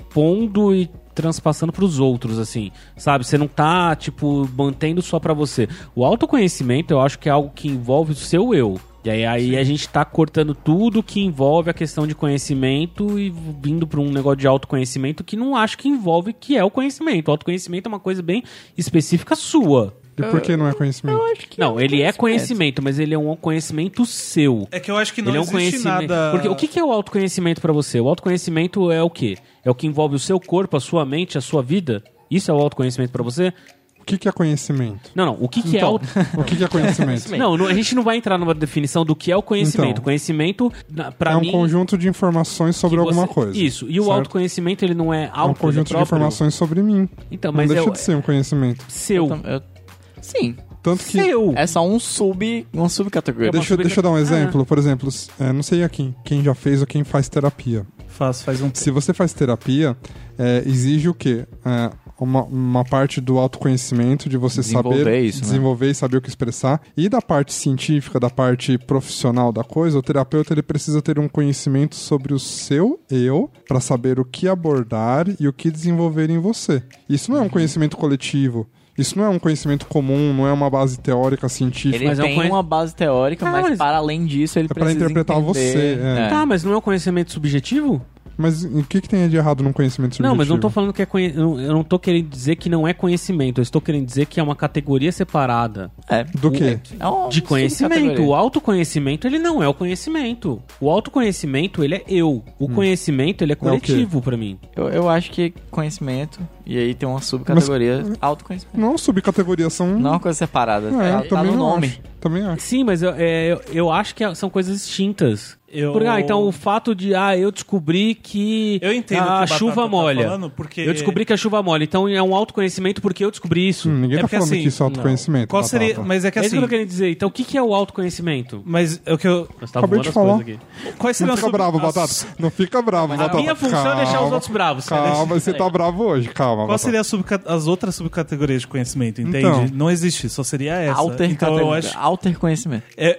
expondo e transpassando para os outros, assim, sabe? Você não tá, tipo, mantendo só para você. O autoconhecimento, eu acho que é algo que envolve o seu eu. E aí, aí a gente tá cortando tudo que envolve a questão de conhecimento e vindo para um negócio de autoconhecimento que não acho que envolve, que é o conhecimento. O autoconhecimento é uma coisa bem específica sua.
E por que não é conhecimento?
Não, ele é conhecimento, mas ele é um conhecimento seu.
É que eu acho que não
ele é um
existe
conhecimento.
nada.
Porque o que que é o autoconhecimento pra você? O autoconhecimento é o quê? É o que envolve o seu corpo, a sua mente, a sua vida? Isso é o autoconhecimento pra você?
O que, que é conhecimento?
Não, não. O que, que é auto...
O que, que é conhecimento?
Não, não, a gente não vai entrar numa definição do que é o conhecimento.
Então.
conhecimento, na- pra
é um
mim.
conjunto de informações sobre
que
alguma
você-
coisa.
Isso. E o
certo?
autoconhecimento, ele não é
É
auto.
um
ele
conjunto de
próprio.
informações sobre mim.
Então,
Não
mas é
deixa
o-
de ser um conhecimento.
seu.
Eu- eu- Sim.
Tanto que.
Seu.
É só um sub, uma subcategoria.
uma
Deixa, eu-
subca-
deixa eu dar um
Ah.
exemplo. Por exemplo, s- é, não sei a quem, quem já fez ou quem faz terapia.
Faz, faz um
Se você faz terapia, é, exige o quê? É, uma, uma parte do autoconhecimento, de você
Desenvolver
saber
isso, né?
desenvolver e saber o que expressar. E da parte científica, da parte profissional da coisa, o terapeuta ele precisa ter um conhecimento sobre o seu eu para saber o que abordar e o que desenvolver em você. Isso
Uhum.
não é um conhecimento coletivo. Isso não é um conhecimento comum, não é uma base teórica científica.
Ele
Mas é um
tem
conhe-
uma base teórica,
Ah,
mas,
mas-
para além disso ele
É pra
precisa
interpretar
entender,
você, é.
Tá, mas não é um conhecimento subjetivo?
é-
Mas o que, que tem de errado num conhecimento
tipo
subjetivo?
Não, mas não tô falando que é conhe... eu eu não tô querendo dizer que não é conhecimento, eu estou querendo dizer que é uma categoria separada
É.
Do quê?
É um
de conhecimento.
subcategoria.
O autoconhecimento, ele não é o conhecimento. O autoconhecimento, ele é eu. O
Hum.
conhecimento, ele é
o quê?
coletivo pra mim.
Eu, eu acho que conhecimento, e aí tem uma subcategoria autoconhecimento.
Não, subcategoria são.
Não é uma coisa separada,
É,
tá,
eu
tá
também
no
não
nome.
acho. Também acho.
Sim, mas eu, é, eu, eu acho que são coisas distintas.
Eu-
Porque, ah, então o fato de, ah, eu descobri que
Eu entendo o que o
a
Batata
chuva
tá
molha.
falando, porque-
Eu descobri que a chuva molha. Então é um autoconhecimento porque eu descobri isso.
Hum, ninguém
É
tá
porque
falando
assim,
que isso é autoconhecimento.
Qual
Batata.
seria. Mas é que
é isso
assim.
que eu tô querendo dizer. Então o que, que é o autoconhecimento?
Mas é o que eu.
Nós tá
Acabei
voando
de
as
falar.
coisas aqui.
Quais seriam
Não
as
fica
sub-
bravo,
as-
Batata. Não fica bravo, Batata.
A minha função é deixar os
Calma,
outros bravos. cara.
Calma, você tá bravo hoje, calma.
Qual
Batata.
seria a subca- as outras subcategorias de conhecimento, entende?
Então.
não existe, só seria essa.
Alter,
então eu acho.
alter conhecimento.
É...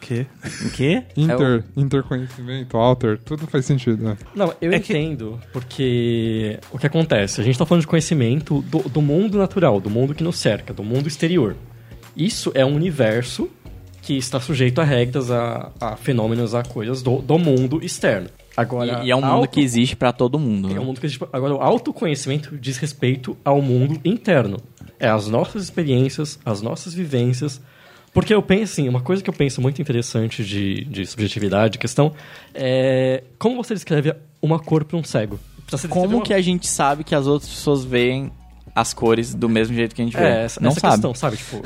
Que?
O quê?
Inter, interconhecimento, alter, tudo faz sentido, né?
Não, eu
É que-
entendo, porque o que acontece? A gente tá falando de conhecimento do, do mundo natural, do mundo que nos cerca, do mundo exterior. Isso é um universo que está sujeito a regras, a, a fenômenos, a coisas do, do mundo externo. Agora,
E, e é um mundo
auto-
que existe pra todo mundo.
Hum.
é um
Né?
mundo que existe. Agora, o autoconhecimento diz respeito ao mundo interno. É as nossas experiências, as nossas vivências. Porque eu penso assim, uma coisa que eu penso muito interessante de, de subjetividade, questão, é como você descreve uma cor para um cego? Pra você descrever
Como
uma-
que a gente sabe que as outras pessoas veem as cores do mesmo jeito que a gente vê.
É, essa,
não
essa
sabe.
questão, sabe? Tipo,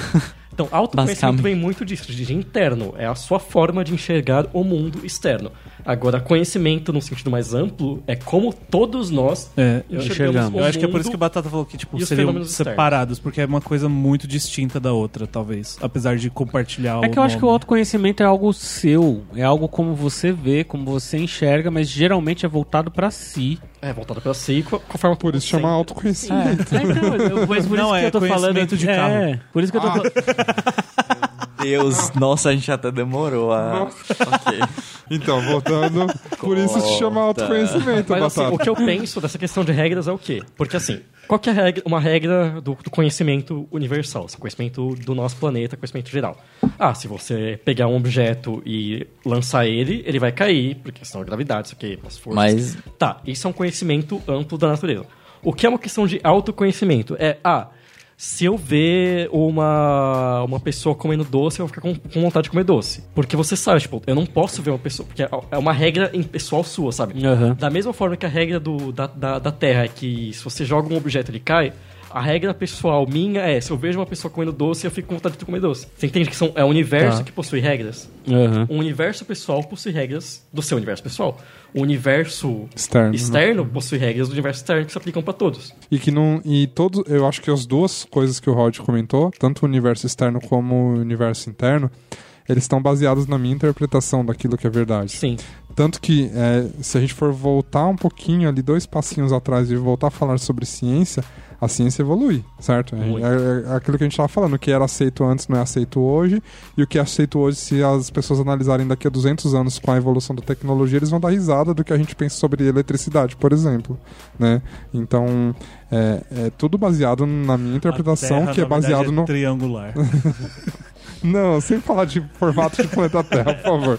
então, autoconhecimento
Basicamente.
vem muito disso, de de interno. É a sua forma de enxergar o mundo externo. Agora, conhecimento, num sentido mais amplo, é como todos nós
É,
enxergamos
enxergamos.
o
Eu acho que é por
mundo
isso que o Batata falou que, tipo,
e os
seriam
fenômenos externos.
separados, porque é uma coisa muito distinta da outra, talvez. Apesar de compartilhar o
É que eu acho que o
nome.
autoconhecimento é algo seu, é algo como você vê, como você enxerga, mas geralmente é voltado pra si. É,
é voltado para si, co- conforme
Por isso chama autoconhecimento.
então, mas por
É. Não,
isso que
é
eu tô falando
conhecimento de carro. Ah.
É, por isso que eu tô falando.
Deus, nossa, a gente até demorou a. Ok.
Então, voltando, por isso se chama
Conta.
autoconhecimento,
Mas assim, o
Batata.
que eu penso dessa questão de regras é o quê? Porque assim, qual que é a regra- uma regra do, do conhecimento universal, assim, conhecimento do nosso planeta, conhecimento geral? Ah, se você pegar um objeto e lançar ele, ele vai cair, por questão da gravidade, isso aqui, as forças.
Mas-
Tá, isso é um conhecimento amplo da natureza. O que é uma questão de autoconhecimento? É, ah, se eu ver uma, uma pessoa comendo doce, eu vou ficar com, com vontade de comer doce. Porque você sabe, tipo, eu não posso ver uma pessoa, porque é- é uma regra impessoal sua, sabe?
Aham.
Da mesma forma que a regra do, da, da, da Terra é que se você joga um objeto ele cai, a regra pessoal minha é se eu vejo uma pessoa comendo doce, eu fico com vontade de comer doce. Você entende que são, é o universo
Tá.
que possui regras?
Aham.
O universo pessoal possui regras do seu universo pessoal. O universo
Externo, né?
externo possui regras do universo externo que se aplicam pra todos.
E que não. E todos. Eu acho que as duas coisas que o Rod comentou, tanto o universo externo como o universo interno, eles estão baseados na minha interpretação daquilo que é verdade.
Sim.
Tanto que, é, se a gente for voltar um pouquinho ali, dois passinhos atrás e voltar a falar sobre ciência, a ciência evolui, certo? É,
Muito.
é- é aquilo que a gente estava falando, o que era aceito antes não é aceito hoje, e o que é aceito hoje, se as pessoas analisarem daqui a 200 anos com a evolução da tecnologia, eles vão dar risada do que a gente pensa sobre eletricidade, por exemplo, né? Então, é, é tudo baseado na minha interpretação,
A Terra,
que é
na verdade,
baseado no...
Triangular.
Não, sem falar de formato de planeta Terra, por favor.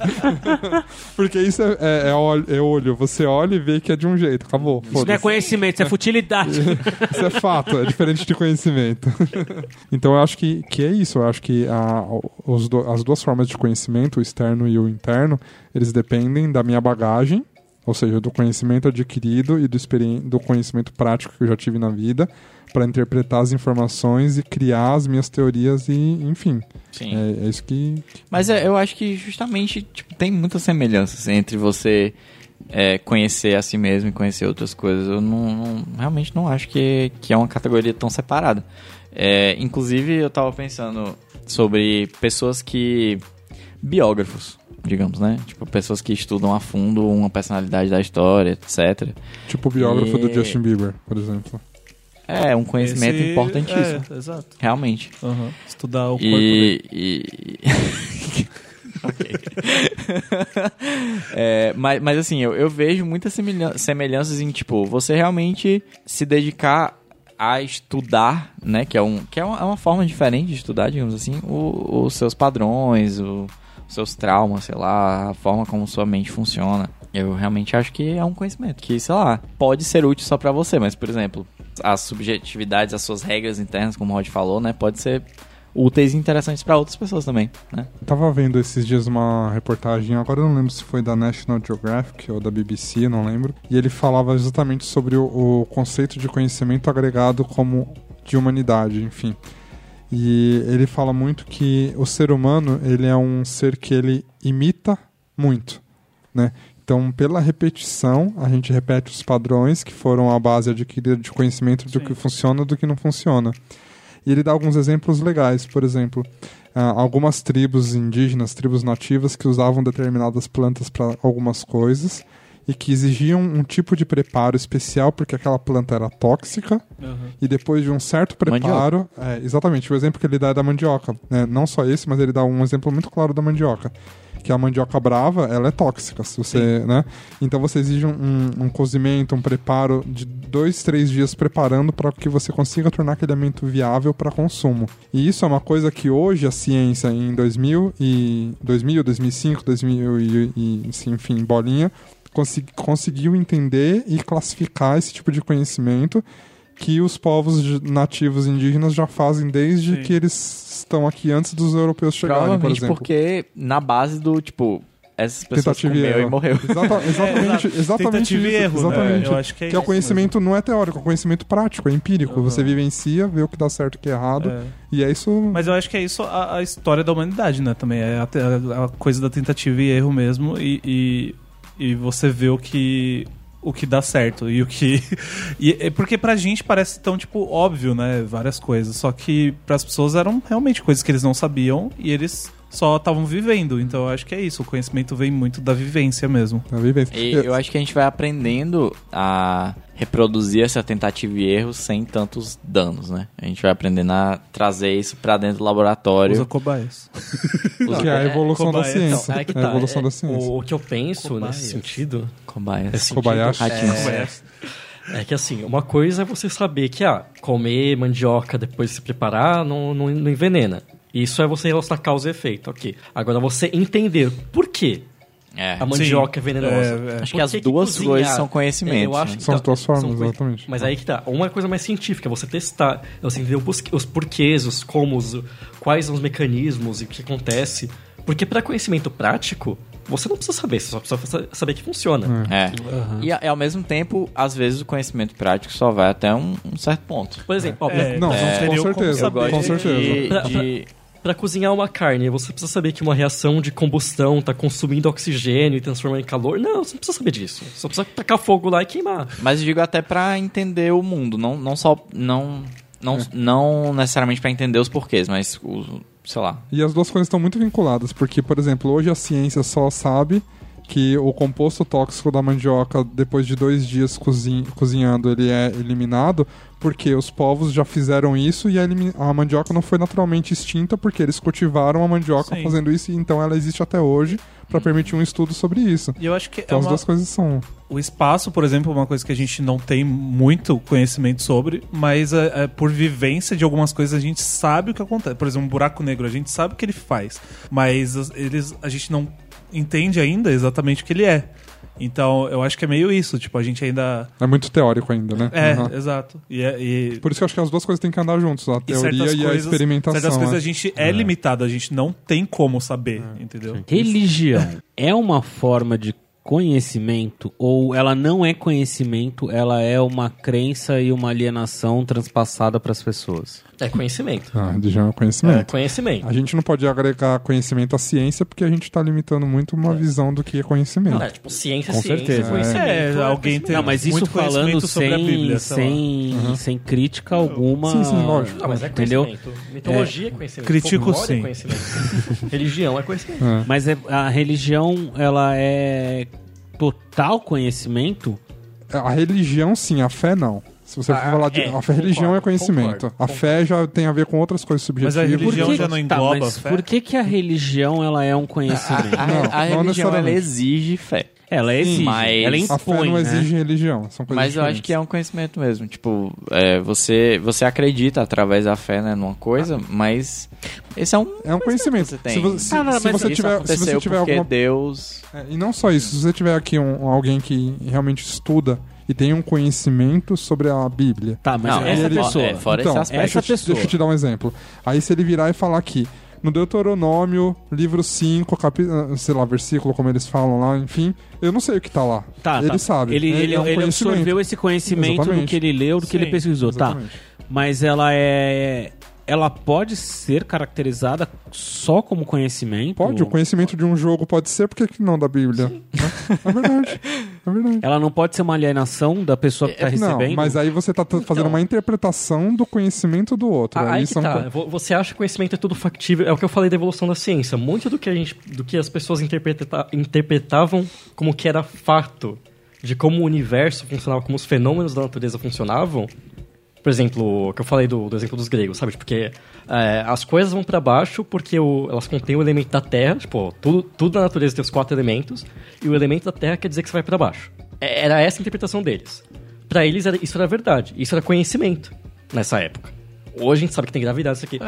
Porque isso é, é- é olho, é olho. Você olha e vê que é de um jeito. Acabou.
Isso não é
Foda-se.
conhecimento, isso é futilidade.
Isso é fato, é diferente de conhecimento. então eu acho que, que é isso. Eu acho que a- os do- as duas formas de conhecimento, o externo e o interno, eles dependem da minha bagagem, ou seja, do conhecimento adquirido e do, experi- do conhecimento prático que eu já tive na vida, para interpretar as informações e criar as minhas teorias e, enfim.
Sim.
É, é isso que.
Mas é, eu acho que justamente tipo, tem muitas semelhanças entre você é, conhecer a si mesmo e conhecer outras coisas. Eu não, não- realmente não acho que, que é uma categoria tão separada. É, inclusive, eu tava pensando sobre pessoas que. biógrafos, digamos, né? Tipo, pessoas que estudam a fundo uma personalidade da história, etc.
Tipo o biógrafo do
E-
Justin Bieber, por exemplo.
É um conhecimento
Esse-
importantíssimo,
É, exato.
realmente.
Aham. Estudar o corpo dele.
E. e- Ok. É, mas, mas assim, eu, eu vejo muitas semelhan- semelhanças em, tipo, você realmente se dedicar a estudar, né? Que é, um, que é, uma, é uma forma diferente de estudar, digamos assim, o- os seus padrões, o- os seus traumas, sei lá, a forma como sua mente funciona. Eu realmente acho que é um conhecimento que, sei lá, pode ser útil só pra você, mas, por exemplo, as subjetividades, as suas regras internas, como o Rod falou, né? Pode ser úteis e interessantes pra outras pessoas também, né?
Eu tava vendo esses dias uma reportagem, agora eu não lembro se foi da National Geographic ou da BBC, não lembro. E ele falava exatamente sobre o, o conceito de conhecimento agregado como de humanidade, enfim. E ele fala muito que o ser humano, ele é um ser que ele imita muito, né? Então, pela repetição, a gente repete os padrões que foram a base adquirida de conhecimento do que funciona e do que não funciona. E ele dá alguns exemplos legais, por exemplo, ah, algumas tribos indígenas, tribos nativas, que usavam determinadas plantas para algumas coisas e que exigiam um tipo de preparo especial porque aquela planta era tóxica
Aham.
e depois de um certo preparo, é, exatamente, o exemplo que ele dá é da mandioca, né? não só esse, mas ele dá um exemplo muito claro da mandioca, que a mandioca brava, ela é tóxica, se você, né? Então você exige um, um cozimento, um preparo de dois, três dias preparando para que você consiga tornar aquele alimento viável para consumo. E isso é uma coisa que hoje a ciência em 2000 e 2000, 2005, 2000 e, e assim, enfim, bolinha consi- conseguiu entender e classificar esse tipo de conhecimento que os povos de- nativos indígenas já fazem desde
Sim.
que eles estão aqui antes dos europeus chegarem, por
Provavelmente
exemplo.
porque na base do, tipo, essas pessoas
Tentativa e
comeu e
erro.
morreu.
Exata- exatamente,
É, exato.
exatamente
Tentativa e
isso.
erro, né?
exatamente.
Eu acho que é
o
isso
conhecimento não é teórico, é conhecimento prático, é empírico. Você vivencia, vê o que dá certo e o que é errado.
É.
E é isso.
Mas eu acho que é isso a, a história da humanidade, né? Também é a, te- a- a coisa da tentativa e erro mesmo. E, e, e você vê o que, o que dá certo e o que. e é porque pra gente parece tão, tipo, óbvio, né? Várias coisas. Só que pras pessoas eram realmente coisas que eles não sabiam e eles só estavam vivendo. Então eu acho que é isso. O conhecimento vem muito da vivência mesmo.
da vivência.
E
Eu-
eu acho que a gente vai aprendendo a reproduzir essa tentativa e erro sem tantos danos, né? A gente vai aprendendo a trazer isso pra dentro do laboratório.
Usa cobaias.
Usa-
que é a
é,
evolução da
cobaia.
ciência.
Então, é que
É a
tá,
evolução
é-
da ciência.
O, o que eu penso
Cobaias.
nesse sentido
Cobaia. assim.
nesse sentido,
Kobayashi.
né?
é, é que assim, uma coisa é você saber que ah, comer mandioca depois de se preparar não, não, não envenena. Isso é você relacionar causa e efeito, ok. Agora você entender por quê
É.
a mandioca é venenosa.
É, é.
Acho
Por
que as duas coisas são conhecimento,
Eu acho
né?
que
São
tá-
as duas formas,
são coisas-
exatamente.
Mas aí que tá. Uma é coisa mais científica, você testar. Você entender os, os porquês, os comos, quais são os mecanismos e o que acontece. Porque para conhecimento prático, você não precisa saber, você só precisa saber que funciona.
É. E, a- e ao mesmo tempo, às vezes o conhecimento prático só vai até um, um certo ponto.
Por exemplo, ó, pra-
Não,
É,
com
eu como
certeza.
Eu
saber-
gosto
Com certeza.
de-
Pra-
de-
Pra cozinhar uma carne, você precisa saber que uma reação de combustão tá consumindo oxigênio e transformando em calor. Não, você não precisa saber disso. Só precisa tacar fogo lá e queimar.
Mas eu digo até pra entender o mundo, não, não só. Não, não,
É.
não necessariamente pra entender os porquês, mas o, sei lá.
E as duas coisas estão muito vinculadas, porque, por exemplo, hoje a ciência só sabe que o composto tóxico da mandioca, depois de dois dias cozin- cozinhando, ele é eliminado, porque os povos já fizeram isso e a, elimi- a mandioca não foi naturalmente extinta, porque eles cultivaram a mandioca
Sim.
fazendo isso, e então ela existe até hoje para permitir um estudo sobre isso.
E eu acho que
Então
é
as
uma-
duas coisas são.
O espaço, por exemplo, é uma coisa que a gente não tem muito conhecimento sobre, mas é, é, por vivência de algumas coisas a gente sabe o que acontece. Por exemplo, um buraco negro, a gente sabe o que ele faz, mas as- eles, a gente não entende ainda exatamente o que ele é. Então, eu acho que é meio isso, tipo, a gente ainda...
É muito teórico ainda, né?
É,
Uhum.
exato. E, é- e-
Por isso que eu acho que as duas coisas têm que andar juntos, a
e
teoria e a experimentação.
Certas coisas
é.
a gente é, limitado, a gente não tem como saber, entendeu?
Religião é uma forma de conhecimento ou ela não é conhecimento, ela é uma crença e uma alienação transpassada pras pessoas?
É conhecimento.
Ah, já é um
É
conhecimento.
conhecimento.
A gente não pode agregar conhecimento à ciência porque a gente está limitando muito uma visão do que é conhecimento.
É, tipo, ciência,
Com
ciência,
certeza.
conhecimento.
É, alguém tem
Não, mas isso
muito
falando
conhecimento sobre a Bíblia,
sem,
sei lá.
sem, sem crítica alguma.
Sim, sim, lógico.
Não, mas é
Entendeu?
conhecimento. Mitologia é, conhecimento.
Critico
folclore
sim.
É conhecimento. Religião é conhecimento.
Mas é- a religião, ela é total conhecimento?
A religião, sim, a fé não. Se você for
Ah,
falar de.
é,
a fé- religião
concordo,
é conhecimento.
concordo,
a fé já tem a ver com outras coisas
Mas a
subjetivas.
Por
religião
que-
já não
tá,
engloba
mas
a fé?
por que, que a religião ela é um conhecimento?
A,
Não,
a
não
religião ela
necessariamente.
exige fé.
Ela
é
exige,
mas-
ela
A fé
impõe,
não
né?
exige religião. São coisas
Mas eu acho que é um conhecimento mesmo. Tipo, é, você, você acredita através da fé né, numa coisa, mas esse é um.
É um Ah. conhecimento.
você tem.
Se você, se-
Ah, não,
se
mas
você
isso
tiver, se
aconteceu
você tiver
porque
alguma
Deus.
É, e não só isso, se você tiver aqui um, alguém que realmente estuda e tem um conhecimento sobre a Bíblia.
Tá, mas
Não,
essa
é,
pessoa.
é, fora
então,
esse aspecto.
essa
deixa, eu te-
pessoa.
deixa eu te dar um exemplo. Aí se ele virar e falar aqui, no Deuteronômio, livro 5, capi... ah, sei lá, versículo, como eles falam lá, enfim, eu não sei o que tá lá.
Tá,
ele
tá.
sabe.
Ele,
né?
ele,
é um
ele
conhecimento.
absorveu esse conhecimento do
Exatamente.
que ele leu, do que ele
Sim,
pesquisou.
exatamente.
Tá. Mas ela é. Ela pode ser caracterizada só como conhecimento?
Pode, o conhecimento de um jogo pode ser, por que que não da Bíblia? Né? É verdade, é verdade.
Ela não pode ser uma alienação da pessoa que tá
É, Não,
recebendo?
mas aí você tá t-
Então.
fazendo uma interpretação do conhecimento do outro.
Ah,
aí
aí que
são
tá. Vo- Você acha que conhecimento é tudo factível? É o que eu falei da evolução da ciência. Muito do que, a gente, do que as pessoas interpreta- interpretavam como que era fato de como o universo funcionava, como os fenômenos da natureza funcionavam. Por exemplo, o que eu falei do, do exemplo dos gregos, sabe? Porque é, as coisas vão pra baixo porque o- elas contêm o elemento da terra. Tipo, tudo, tudo na natureza tem os quatro elementos. E o elemento da terra quer dizer que você vai pra baixo. É- Era essa a interpretação deles. Pra eles, era- isso era verdade. Isso era conhecimento nessa época. Hoje a gente sabe que tem gravidade isso aqui.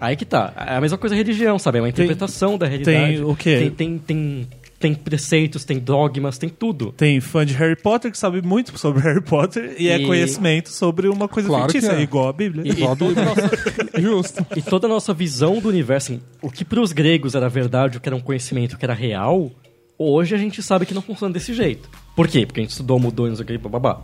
Aí que tá. É a mesma coisa a religião, sabe? É uma interpretação da realidade.
tem o quê?
Tem, tem, tem, tem preceitos, tem dogmas, tem tudo.
Tem fã de Harry Potter que sabe muito sobre Harry Potter e, é
E-
conhecimento sobre uma coisa
Claro que
fictícia,
é.
igual a Bíblia.
E, e toda a nossa,
Justo.
e toda a nossa visão do universo, assim, o que pros gregos era verdade, o que era um conhecimento, o que era real, Hoje a gente sabe que não funciona desse jeito. Por quê? Porque a gente estudou, mudou, não sei o que, bababá.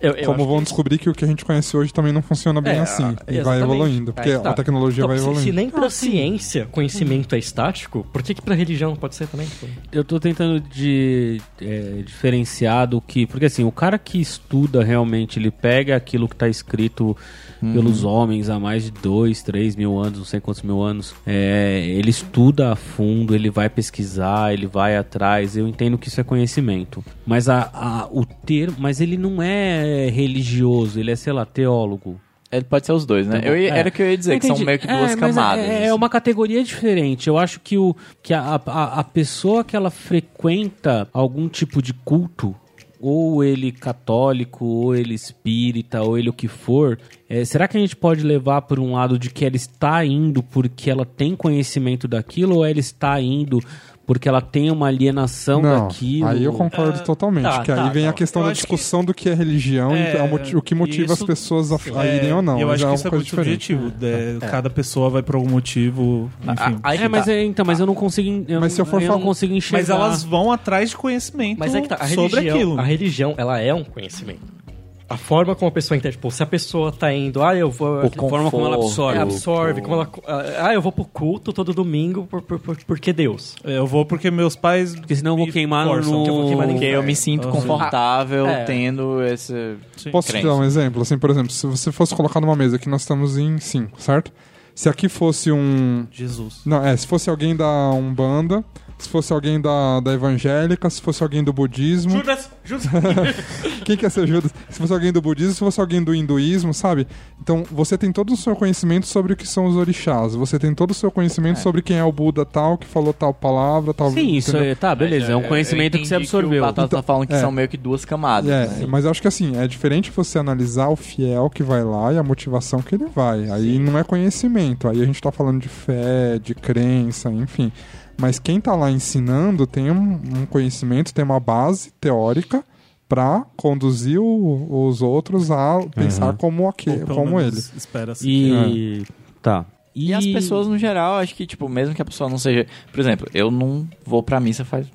Eu, eu
Como
acho
vão
que-
descobrir que o que a gente conhece hoje também não funciona bem
É,
assim.
ah,
E vai
exatamente.
evoluindo, porque
Aí que tá.
a tecnologia
Então,
vai
se-
evoluindo.
Se, nem pra ciência conhecimento é estático, por que, que pra religião pode ser também? pô?
Eu tô tentando de é, diferenciar do que. Porque assim, o cara que estuda realmente, ele pega aquilo que tá escrito pelos homens há mais de dois, três mil anos, não sei quantos mil anos. É, ele estuda a fundo, ele vai pesquisar, ele vai atrás. Eu entendo que isso é conhecimento. Mas a, a- o termo. Mas ele não é religioso, ele é, sei lá, teólogo.
Ele pode ser os dois, né?
Então,
Tá bom.
Eu, ia-
É.
Era o que eu ia dizer, que são
Entendi.
meio que duas
É, mas
camadas.
É,
assim.
é uma categoria diferente. Eu acho que, o, que a, a, a pessoa que ela frequenta algum tipo de culto, ou ele católico, ou ele espírita, ou ele o que for, é, será que a gente pode levar por um lado de que ela está indo porque ela tem conhecimento daquilo, ou ela está indo porque ela tem uma alienação
Não,
daquilo? É,
aí eu concordo
Ah,
totalmente,
tá,
que aí
tá,
vem
tá.
a questão
Eu
da
acho
discussão do que é religião e
É,
é o moti- o que motiva as
isso-
pessoas a, a
É,
irem ou não.
Eu
mas
acho que
uma
isso é
coisa
muito
diferente.
subjetivo. né? Cada pessoa vai por algum motivo, enfim.
Aí que
É, mas
tá.
é, então, mas eu não consigo. en- Eu,
Mas se eu for
não
falar-
consigo enxergar.
Mas elas vão atrás de conhecimento
Mas é que tá, a
Então,
sobre
religião,
aquilo.
a religião, ela é um conhecimento. A forma como a pessoa entende, tipo, se a pessoa tá indo, ah, eu vou...
A forma como ela absorve.
Ela absorve, como ela, ah, eu vou pro culto todo domingo por, por, por, porque Deus.
Eu vou porque meus pais.
Porque senão eu vou
me
queimar
forçam,
no- Ah,
que eu vou queimar
Porque
ninguém.
eu me sinto confortável
Ah, é.
tendo esse...
Posso te
Crente.
dar um exemplo? Assim, por exemplo, se você fosse colocar numa mesa, aqui nós estamos em cinco, certo? Se aqui fosse um.
Jesus.
Não, é, se fosse alguém da Umbanda, se fosse alguém da, da evangélica, se fosse alguém do budismo.
Judas, Judas.
Quem quer ser Judas? Se fosse alguém do budismo, se fosse alguém do hinduísmo, sabe? Então, você tem todo o seu conhecimento sobre o que são os orixás. Você tem todo o seu conhecimento sobre quem é o Buda tal, que falou tal palavra, tal...
Sim, isso
entendeu?
é, tá, beleza. É um
Eu-
conhecimento
eu
que você
entendi o
absorveu.
Batata tá falando que
é.
são meio que duas camadas.
É,
né?
mas eu acho que assim, é diferente você analisar o fiel que vai lá e a motivação que ele vai. Aí não é conhecimento, aí a gente tá falando de fé, de crença, enfim. Mas quem tá lá ensinando tem um, um conhecimento, tem uma base teórica pra conduzir o- os outros a pensar como, aque,
Ou pelo
como
menos assim.
eles.
Espera-se.
É.
E. Tá.
E... as pessoas, no geral, acho que, tipo, mesmo que a pessoa não seja... Por exemplo, eu não vou pra missa faz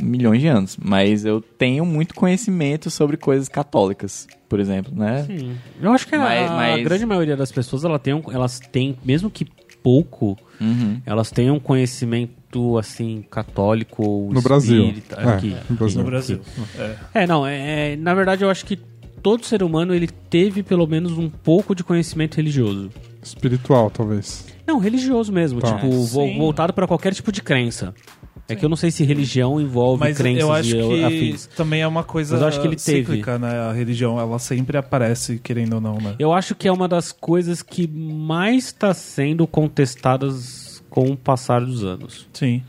milhões de anos, mas eu tenho muito conhecimento sobre coisas católicas, por exemplo, né?
Eu acho que a-
Mas-
a,
mas-
grande maioria das pessoas ela tem um- elas têm, mesmo que pouco,
Uhum.
elas têm um conhecimento assim católico ou
No Brasil.
espírita.
É,
Aqui,
no
aqui,
Brasil.
No
aqui.
Brasil. É.
É, não, é, é- na verdade eu acho que todo ser humano ele teve pelo menos um pouco de conhecimento religioso.
Espiritual, talvez.
Não, religioso mesmo,
Tá.
tipo, vo-
Sim.
voltado pra qualquer tipo de crença. É que eu não sei se religião envolve
Mas
crenças
eu acho
e
que
afins.
também é uma coisa
Mas eu acho que ele teve.
cíclica, né? A religião, ela sempre aparece, querendo ou não, né?
Eu acho que é uma das coisas que mais está sendo contestadas com o passar dos anos.
Sim.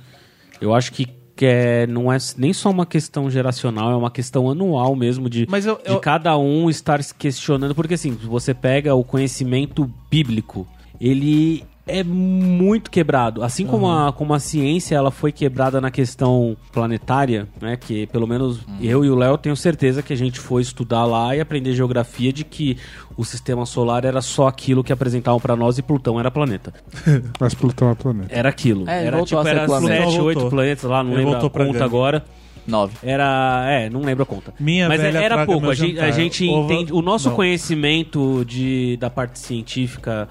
Eu acho que, que é- não é nem só uma questão geracional, é uma questão anual mesmo de,
Mas eu-
de
eu,
cada um estar se questionando. Porque assim, você pega o conhecimento bíblico, ele é muito quebrado. Assim como, a, como a ciência ela foi quebrada na questão planetária, né? Que pelo menos eu e o Léo tenho certeza que a gente foi estudar lá e aprender geografia de que o sistema solar era só aquilo que apresentavam pra nós e Plutão era planeta.
Mas Plutão é planeta.
Era aquilo.
É,
era
voltou
tipo,
a ser
era
planeta.
sete,
Voltou.
oito planetas lá, não
Ele
lembro a
voltou pra
conta
grande.
agora.
Nove.
Era. É, não lembro a conta.
Minha
Mas é,
velha
era
praga,
pouco.
meu
A gente, a
jantar.
gente
Ova-
entende. O nosso
Não.
conhecimento de, da parte científica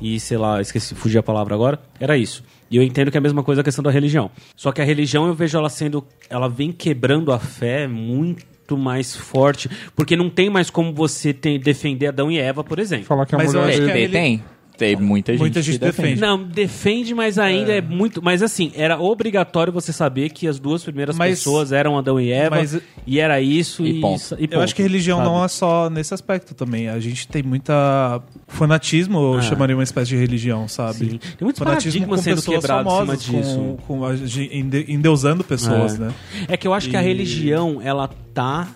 e, sei lá, esqueci, fugi a palavra agora, era isso. E eu entendo que é a mesma coisa a questão da religião. Só que a religião eu vejo ela sendo. Ela vem quebrando a fé muito mais forte. Porque não tem mais como você tem- defender Adão e Eva, por exemplo.
Falar que a
Mas eu
mulher
acho
veio-
que é-
Tem,
ele-
tem. Tem muita gente
Muita
que
gente defende.
Não, defende, mas ainda é. muito. Mas assim, era obrigatório você saber que as duas primeiras
Mas-
pessoas eram Adão e Eva,
mas-
e era isso,
E
e,
ponto.
sa- e
Eu acho que religião
sabe?
não é só nesse aspecto também. A gente tem muita fanatismo, eu
Ah.
chamaria uma espécie de religião, sabe?
Sim. Tem muitos paradigmas sendo quebrados em cima disso.
com, com a gente ende- endeusando pessoas,
É.
né?
É que eu acho que a
E-
religião, ela tá.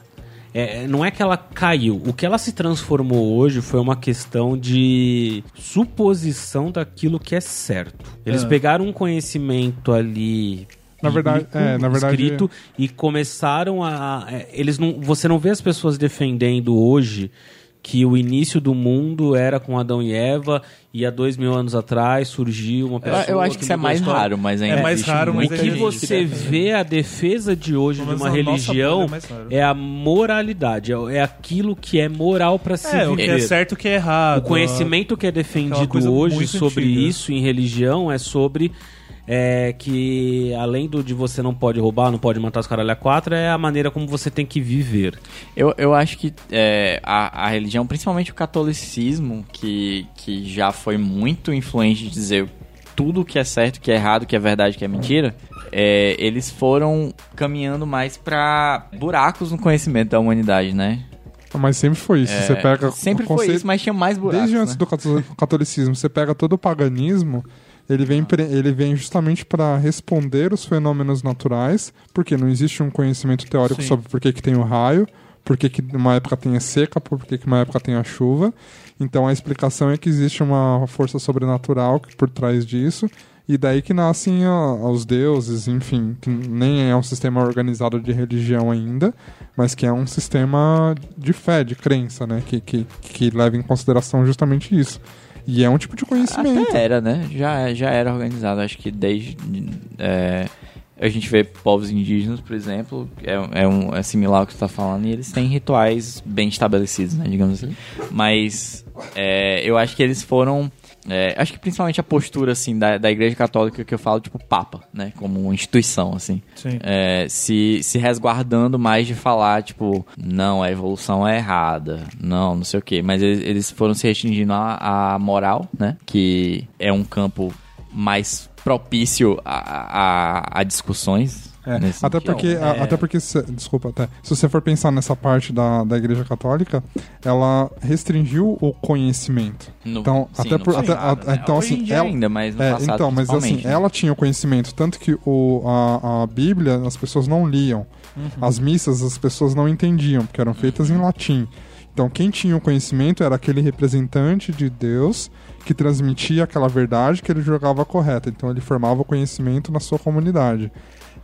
é, não é que ela caiu. O que ela se transformou hoje foi uma questão de suposição daquilo que é certo. Eles
É.
pegaram um conhecimento ali.
Na verdade-
bíblico,
é, na verdade-
escrito e começaram a. é, Eles não, você não vê as pessoas defendendo hoje que o início do mundo era com Adão e Eva e há dois mil anos atrás surgiu uma
Eu,
pessoa.
eu acho que isso é
mudou a
mais
história.
raro, mas né? ainda
É mais
existe
raro, mas
O
muita
que
gente.
você vê a defesa de hoje de
Pelo menos
uma
na nossa bolha
religião
é mais raro.
é a moralidade, é é aquilo que é moral pra se
É, o que é
viver.
certo o que é errado.
O conhecimento que é
Aquela coisa
defendido hoje
muito
sobre
antiga.
isso em religião é sobre é, que além do de você não pode roubar, não pode matar os caralho a quatro, é a maneira como você tem que viver.
Eu, eu acho que é, a, a religião, principalmente o catolicismo, que, que já foi muito influente de dizer tudo que é certo, que é errado, que é verdade, que é mentira, é, eles foram caminhando mais pra buracos no conhecimento da humanidade, né?
Mas sempre foi isso.
É,
você pega o
sempre foi
conceito-
isso, mas tinha mais buracos.
Desde antes
né?
do cato- catolicismo, você pega todo o paganismo, ele vem, pre- ele vem justamente para responder os fenômenos naturais, porque não existe um conhecimento teórico sobre por que, que tem o raio, por que, que uma época tem a seca, por que, que uma época tem a chuva. Então a explicação é que existe uma força sobrenatural que- por trás disso. E daí que nascem ó, os deuses, enfim, que nem é um sistema organizado de religião ainda, mas que é um sistema de fé, de crença, né? Que, que, que leva em consideração justamente isso. E é um tipo de conhecimento.
Até era, né? Já, já era organizado. Acho que desde. é, a gente vê povos indígenas, por exemplo, é, é, um, é similar ao que tu tá falando, e eles têm rituais bem estabelecidos, né? Digamos assim. Mas é, eu acho que eles foram. é, acho que principalmente a postura, assim, da, da Igreja Católica que eu falo, tipo, Papa, né? Como uma instituição, assim.
Ah, Sim.
É, se, se resguardando mais de falar, tipo, não, a evolução é errada, não, não sei o quê. Mas eles, eles foram se restringindo à, à moral, né? Que é um campo mais propício a, a, a discussões.
É,
nesse
até,
sentido.
porque, a- até porque, se- desculpa, até, se você for pensar nessa parte da, da Igreja Católica, ela restringiu o conhecimento.
No-
Então,
sim,
até
no
por- até-
passado,
a-
né?
então,
Hoje em
assim,
dia
ela-
ainda, mas no
É,
passado
então, mas assim,
principalmente, né?
ela tinha o conhecimento, tanto que o, a, a Bíblia as pessoas não liam,
Uhum.
as missas as pessoas não entendiam, porque eram feitas em latim. Então, quem tinha o conhecimento era aquele representante de Deus que transmitia aquela verdade que ele julgava correta. Então, ele formava o conhecimento na sua comunidade.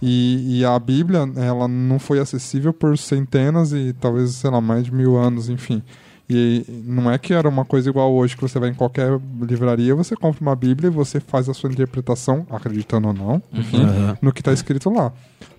E, e a Bíblia, ela não foi acessível por centenas e talvez, sei lá, mais de mil anos, enfim. E não é que era uma coisa igual hoje, que você vai em qualquer livraria, você compra uma Bíblia e você faz a sua interpretação, acreditando ou não, enfim,
né?
no que está escrito lá.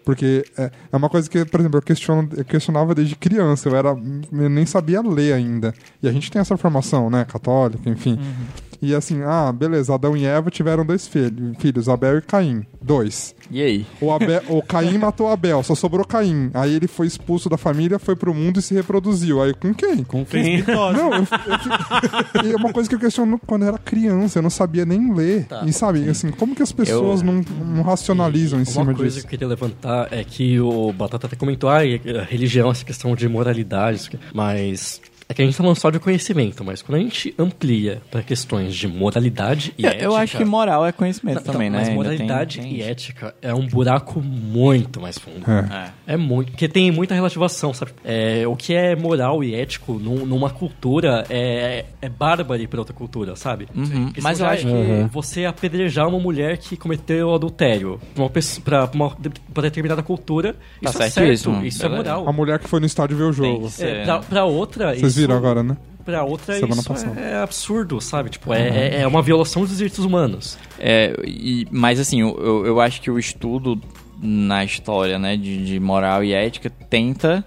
Porque é, é uma coisa que, por exemplo, eu, questiono, eu questionava desde criança, eu, era, eu nem sabia ler ainda. E a gente tem essa formação, né, católica, enfim.
Uhum.
E assim, ah, beleza, Adão e Eva tiveram dois filhos, filhos Abel e Caim. Dois.
E aí?
O, Abel, o Caim matou Abel, só sobrou Caim. Aí ele foi expulso da família, foi pro mundo e se reproduziu. Aí com quem?
Com quem?
Não, eu, eu fico- e é uma coisa que eu questiono quando eu era criança, eu não sabia nem ler. e sabe, assim, como que as pessoas não, não racionalizam em cima
Uma coisa
disso?
que eu queria levantar é que o Batata até comentou, ah, e a religião, essa questão de moralidade, isso aqui", mas é que a gente tá falando só de conhecimento, mas quando a gente amplia para questões de moralidade e
Eu,
ética...
eu acho que moral é conhecimento
Não, então,
também, né?
Mas
Ainda tem-
moralidade
tem
e
isso.
ética é um buraco muito mais fundo.
É.
É muito. Porque tem muita relativação, sabe? É, o que é moral e ético num- numa cultura é, é bárbaro pra outra cultura, sabe?
Uhum.
Porque
Mas
senão
eu
já
acho
é
que
Você apedrejar uma mulher que cometeu adultério pra, uma pessoa, pra, pra uma- pra determinada cultura,
Tá
isso é
certo
certo.
isso, mano.
isso é
Beleza.
A
moral.
mulher que foi no estádio ver o jogo.
que
É, pra, pra outra,
Vocês
isso,
viram agora, né?
pra outra
semana
isso
passada.
é absurdo, sabe? Tipo,
Uhum.
é, é uma violação dos direitos humanos.
É, e, mas assim, eu- eu, eu acho que o estudo na história, né, de, de moral e ética tenta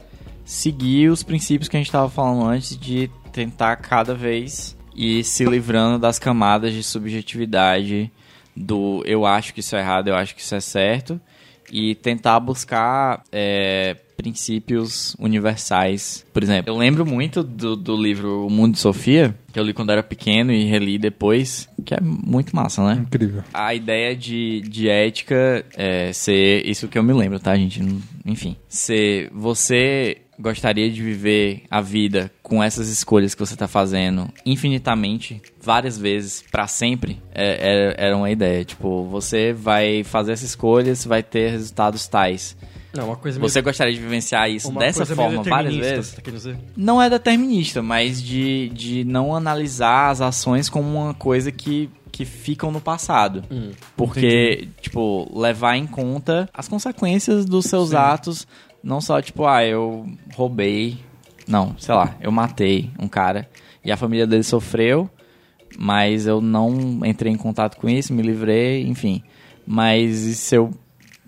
seguir os princípios que a gente estava falando antes de tentar cada vez ir se livrando das camadas de subjetividade do eu acho que isso é errado, eu acho que isso é certo e tentar buscar é, princípios universais. Por exemplo, eu lembro muito do, do livro O Mundo de Sofia, que eu li quando era pequeno e reli depois, que é muito massa, né?
Incrível.
A ideia de, de ética é ser. Isso que eu me lembro, tá, gente? Não- Enfim. Se você gostaria de viver a vida com essas escolhas que você tá fazendo infinitamente, várias vezes, pra sempre, é- é- era uma ideia. Tipo, você vai fazer essa escolha, você vai ter resultados tais.
Não, uma coisa meio-
Você gostaria de vivenciar isso
uma
dessa
coisa meio
forma várias
determinista,
vezes?
Tá querendo dizer?
não é determinista, mas de, de não analisar as ações como uma coisa que, que ficam no passado.
Hum,
Porque, tipo, levar em conta as consequências dos seus atos, não só, tipo, ah, eu roubei Não, sei lá, eu matei um cara e a família dele sofreu, mas eu não entrei em contato com isso, me livrei, enfim. Mas e se eu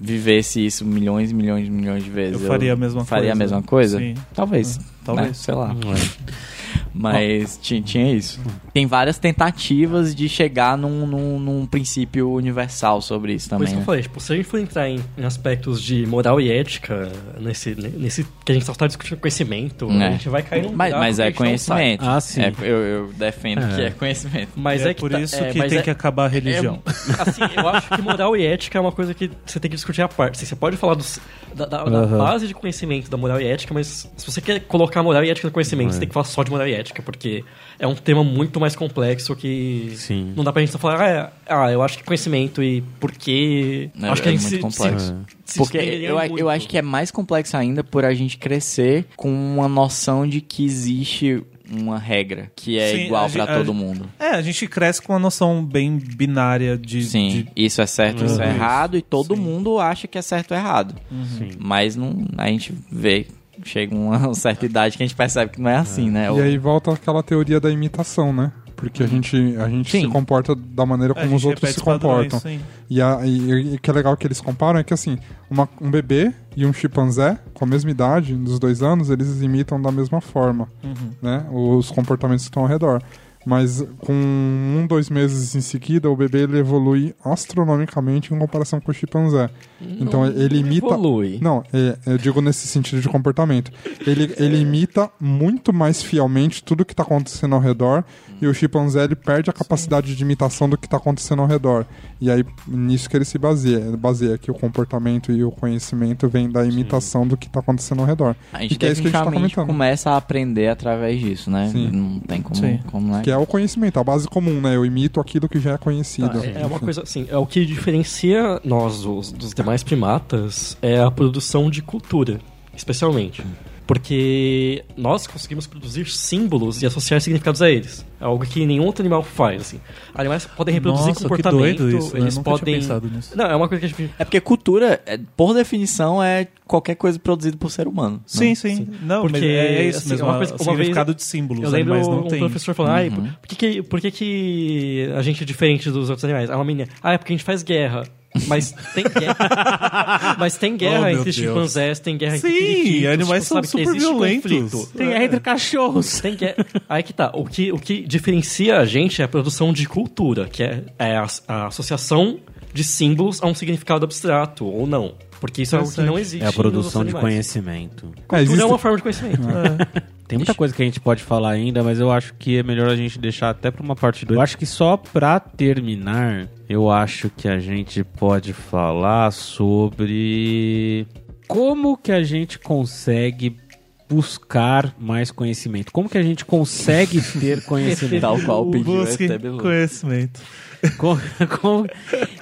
vivesse isso milhões e milhões e milhões de vezes?
Eu faria a mesma
faria a
coisa.
mesma coisa?
Sim. Uhum.
Talvez.
talvez.
né? Sei lá. Mas ti- tinha isso. Tem várias tentativas de chegar num, num, num princípio universal sobre isso
Por
também.
isso que eu
né?
falei, tipo, se a gente for entrar em, em aspectos de moral e ética, nesse, nesse que a gente só está discutindo conhecimento,
É.
a gente vai cair num
mas,
buraco
mas
um que a
é
gente não sai.
conhecimento.
Ah, sim.
É, eu, eu defendo que é conhecimento.
Mas
é,
é, que
por
tá-
isso
é,
que
mas
tem
é-
que acabar a
é-
religião.
assim, eu acho que moral e ética é uma coisa que você tem que discutir à parte. Assim, você pode falar dos- da, da- da
Aham.
base de conhecimento da moral e ética, mas se você quer colocar moral e ética no conhecimento,
É.
você tem que falar só de moral e ética, porque é um tema muito mais complexo que
Sim.
não dá pra gente só falar, ah, é- ah, eu acho que conhecimento e por quê.
É,
acho que
é
a gente
muito
se-
complexo.
se- se
Porque eu,
estenderia
eu
muito.
acho que é mais complexo ainda por a gente crescer com uma noção de que existe uma regra que é
Sim,
igual
a
pra
gen- a
todo
gen-
mundo.
É, a gente cresce com uma noção bem binária de.
Sim,
de-
isso é certo, isso é
Uhum.
errado e todo mundo acha que é certo ou errado.
Uhum.
Sim.
Mas não, a gente vê, chega uma certa idade que a gente percebe que não é assim, né?
E aí volta aquela teoria da imitação, né? Porque a gente, a gente se
Sim.
comporta da maneira
a
como
É, gente
os outros
repete
se
padrões,
comportam.
sim.
E, a, e- e o que é legal que eles comparam é que, assim, uma- um bebê e um chimpanzé, com a mesma idade, dos dois anos, eles imitam da mesma forma,
Uhum.
né? Os comportamentos que estão ao redor. Mas com um, dois meses em seguida, o bebê ele evolui astronomicamente em comparação com o chimpanzé. então ele imita...
evolui.
Não, é, eu digo nesse sentido de comportamento. Ele, ele imita muito mais fielmente tudo que está acontecendo ao redor e o chimpanzé ele perde a capacidade de imitação do que está acontecendo ao redor. E aí, nisso que ele se baseia. Baseia que o comportamento e o conhecimento vêm da imitação do que está acontecendo ao redor.
A gente
E que é isso que a gente tá
definitivamente
comentando.
começa a aprender através disso, né?
Sim.
Não tem como,
Sim.
como né?
Que é o conhecimento, a base comum, né? Eu imito aquilo que já é conhecido.
Ah, é, é uma
Enfim.
coisa assim, é o que diferencia nós os- dos demais primatas é a produção de cultura, especialmente. Porque nós conseguimos produzir símbolos e associar significados a eles. É algo que nenhum outro animal faz, assim. Animais podem reproduzir
Nossa, que
comportamento,
doido isso, né?
eles
Nunca tinha
podem.
pensado nisso.
Não, é uma coisa que a gente.
É porque cultura, é, por definição, é qualquer coisa produzida por ser humano. né?
Sim, sim. Não,
Porque,
mas é isso
assim,
mesmo.
uma coisa-
o
uma vez-
significado de símbolos,
Eu lembro
animais não
um
tem. Uhum.
professor falando, "Ai, por, que, que- por que, que a gente é diferente dos outros animais? Ah, uma menina, ah, é porque a gente faz guerra. Mas tem guerra. Mas tem
Oh,
guerra
meu
entre
Deus.
chimpanzés, tem guerra entre
Sim,
periquitos,
animais
tipo,
são
sabe que
super
existe
violentos.
conflito.
Tem
é
guerra entre cachorros.
Tem que... Aí que tá. O que, o que diferencia a gente é a produção de cultura, que é, é a, a associação de símbolos a um significado abstrato, ou não. Porque isso é algo que não existe.
É a produção
nos
de É.
animais.
conhecimento.
É,
Tudo
existe-
é uma forma de conhecimento.
Tem muita coisa que a gente pode falar ainda, mas eu acho que é melhor a gente deixar até pra uma parte 2. Eu acho que só pra terminar, eu acho que a gente pode falar sobre como que a gente consegue buscar mais conhecimento. Como que a gente consegue ter conhecimento?
Tal qual pediu
é,
Busque
até Belu.
conhecimento.
Como- como-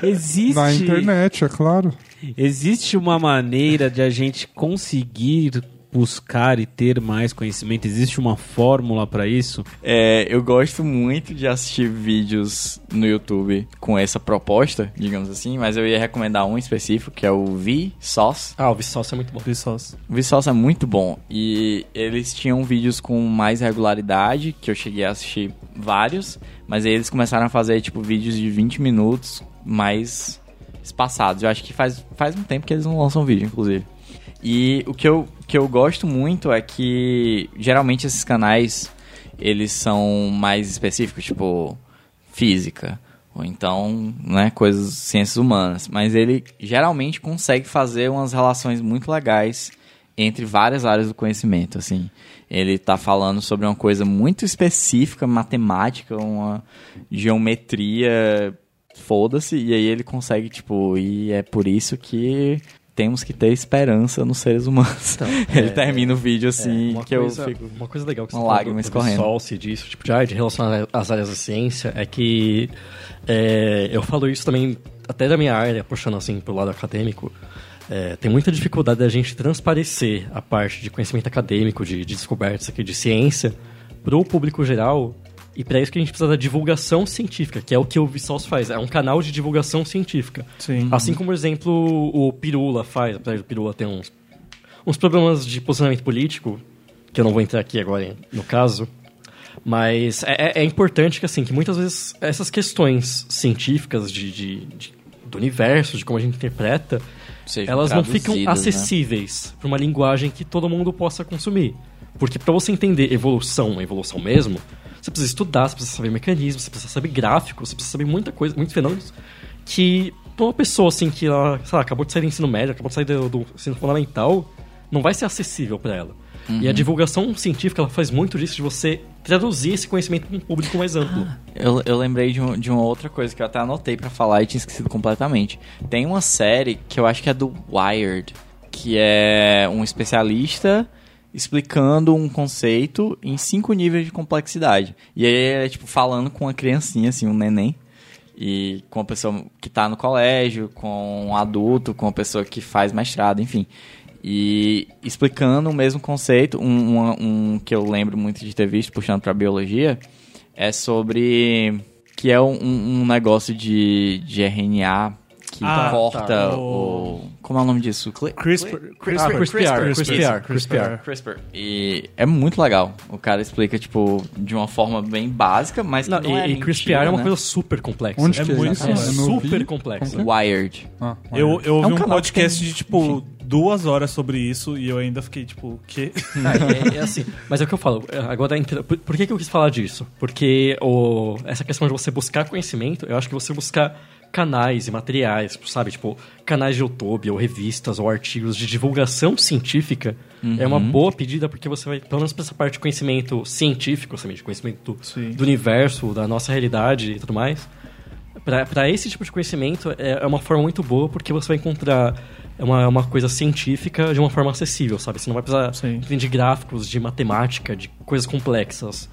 existe
Na internet, é claro.
Existe uma maneira de a gente conseguir buscar e ter mais conhecimento? Existe uma fórmula pra isso?
É, eu gosto muito de assistir vídeos no YouTube com essa proposta, digamos assim, mas eu ia recomendar um específico, que é o Vsauce.
Ah, o Vsauce é muito bom.
Vsauce.
O Vsauce é muito bom e eles tinham vídeos com mais regularidade, que eu cheguei a assistir vários, mas aí eles começaram a fazer, tipo, vídeos de 20 minutos mais espaçados. Eu acho que faz, faz um tempo que eles não lançam vídeo, inclusive. E o que eu, que eu gosto muito é que geralmente esses canais eles são mais específicos, tipo física, ou então, né, coisas ciências humanas, mas ele geralmente consegue fazer umas relações muito legais entre várias áreas do conhecimento, assim. Ele tá falando sobre uma coisa muito específica, matemática, uma geometria, foda-se, e aí ele consegue, tipo, e é por isso que temos que ter esperança nos seres humanos.
Então,
ele termina o vídeo assim,
é, uma
que
coisa,
eu fico... um
Uma coisa legal que
com
você falou
lágrimas
do, do
correndo.
Vsauce disso, tipo, de, ah, de relação às áreas da ciência, é que é, eu falo isso também até da minha área, puxando assim pro lado acadêmico, é, tem muita dificuldade da gente transparecer a parte de conhecimento acadêmico, de, de descobertas aqui de ciência, pro público geral, e para isso que a gente precisa da divulgação científica, que é o que o Vsauce faz, é um canal de divulgação científica.
Sim.
Assim como, por exemplo, o Pirula faz, apesar do Pirula ter uns, uns problemas de posicionamento político, que que eu não vou entrar aqui agora em- no caso. Mas é, é- é importante que, assim, que muitas vezes essas questões científicas de, de- de- do universo, de como a gente interpreta,
Sejam
elas não ficam
traduzidas, né?
acessíveis para uma linguagem que todo mundo possa consumir. Porque para você entender evolução, a evolução mesmo, você precisa estudar, você precisa saber mecanismos, você precisa saber gráficos, você precisa saber muita coisa, muitos fenômenos que pra uma pessoa assim que ela, sei lá, acabou de sair do ensino médio, acabou de sair do, do ensino fundamental, não vai ser acessível para ela.
Uhum.
E a divulgação científica ela faz muito disso de você traduzir esse conhecimento para um público mais amplo.
Eu, eu lembrei de, um- de uma outra coisa que eu até anotei pra falar e tinha esquecido completamente. Tem uma série que eu acho que é do Wired, que é um especialista explicando um conceito em cinco níveis de complexidade. E aí ele é tipo falando com uma criancinha, assim, um neném. E com a pessoa que tá no colégio, com um adulto, com a pessoa que faz mestrado, enfim. E explicando o mesmo conceito, um, uma- um que eu lembro muito de ter visto, puxando pra biologia, é sobre. que é um, um- um negócio de, de RNA que
Ah,
corta
tá.
o... Como é o nome disso? Cle-
CRISPR.
Ah, CRISPR,
CRISPR.
CRISPR, CRISPR.
CRISPR. E é muito legal. O cara explica, tipo, de uma forma bem básica, mas que
Não,
não,
e,
é
e
mentira,
CRISPR é uma
né?
coisa super complexa.
Onde
é
que
muito
é?
é
Eu não vi.
super complexa.
Wired.
Ah, olha.
Eu, eu ouvi
É
um,
um canal que
podcast
tem-
de, tipo, duas horas sobre isso e eu ainda fiquei, tipo, o quê?
Ah, é, é assim. Mas é o que eu falo. é, Agora, entra- por, por que, que eu quis falar disso? Porque o- essa questão de você buscar conhecimento, eu acho que você buscar canais e materiais, sabe? Tipo, canais de YouTube ou revistas ou artigos de divulgação científica é uma
Uhum.
boa pedida porque você vai, pelo menos pra essa parte de conhecimento científico, assim, de conhecimento
Sim.
do, do universo, da nossa realidade e tudo mais. Pra pra esse tipo de conhecimento é, é uma forma muito boa porque você vai encontrar uma, uma coisa científica de uma forma acessível, sabe? Você não vai precisar
Sim.
de gráficos, de matemática, de coisas complexas.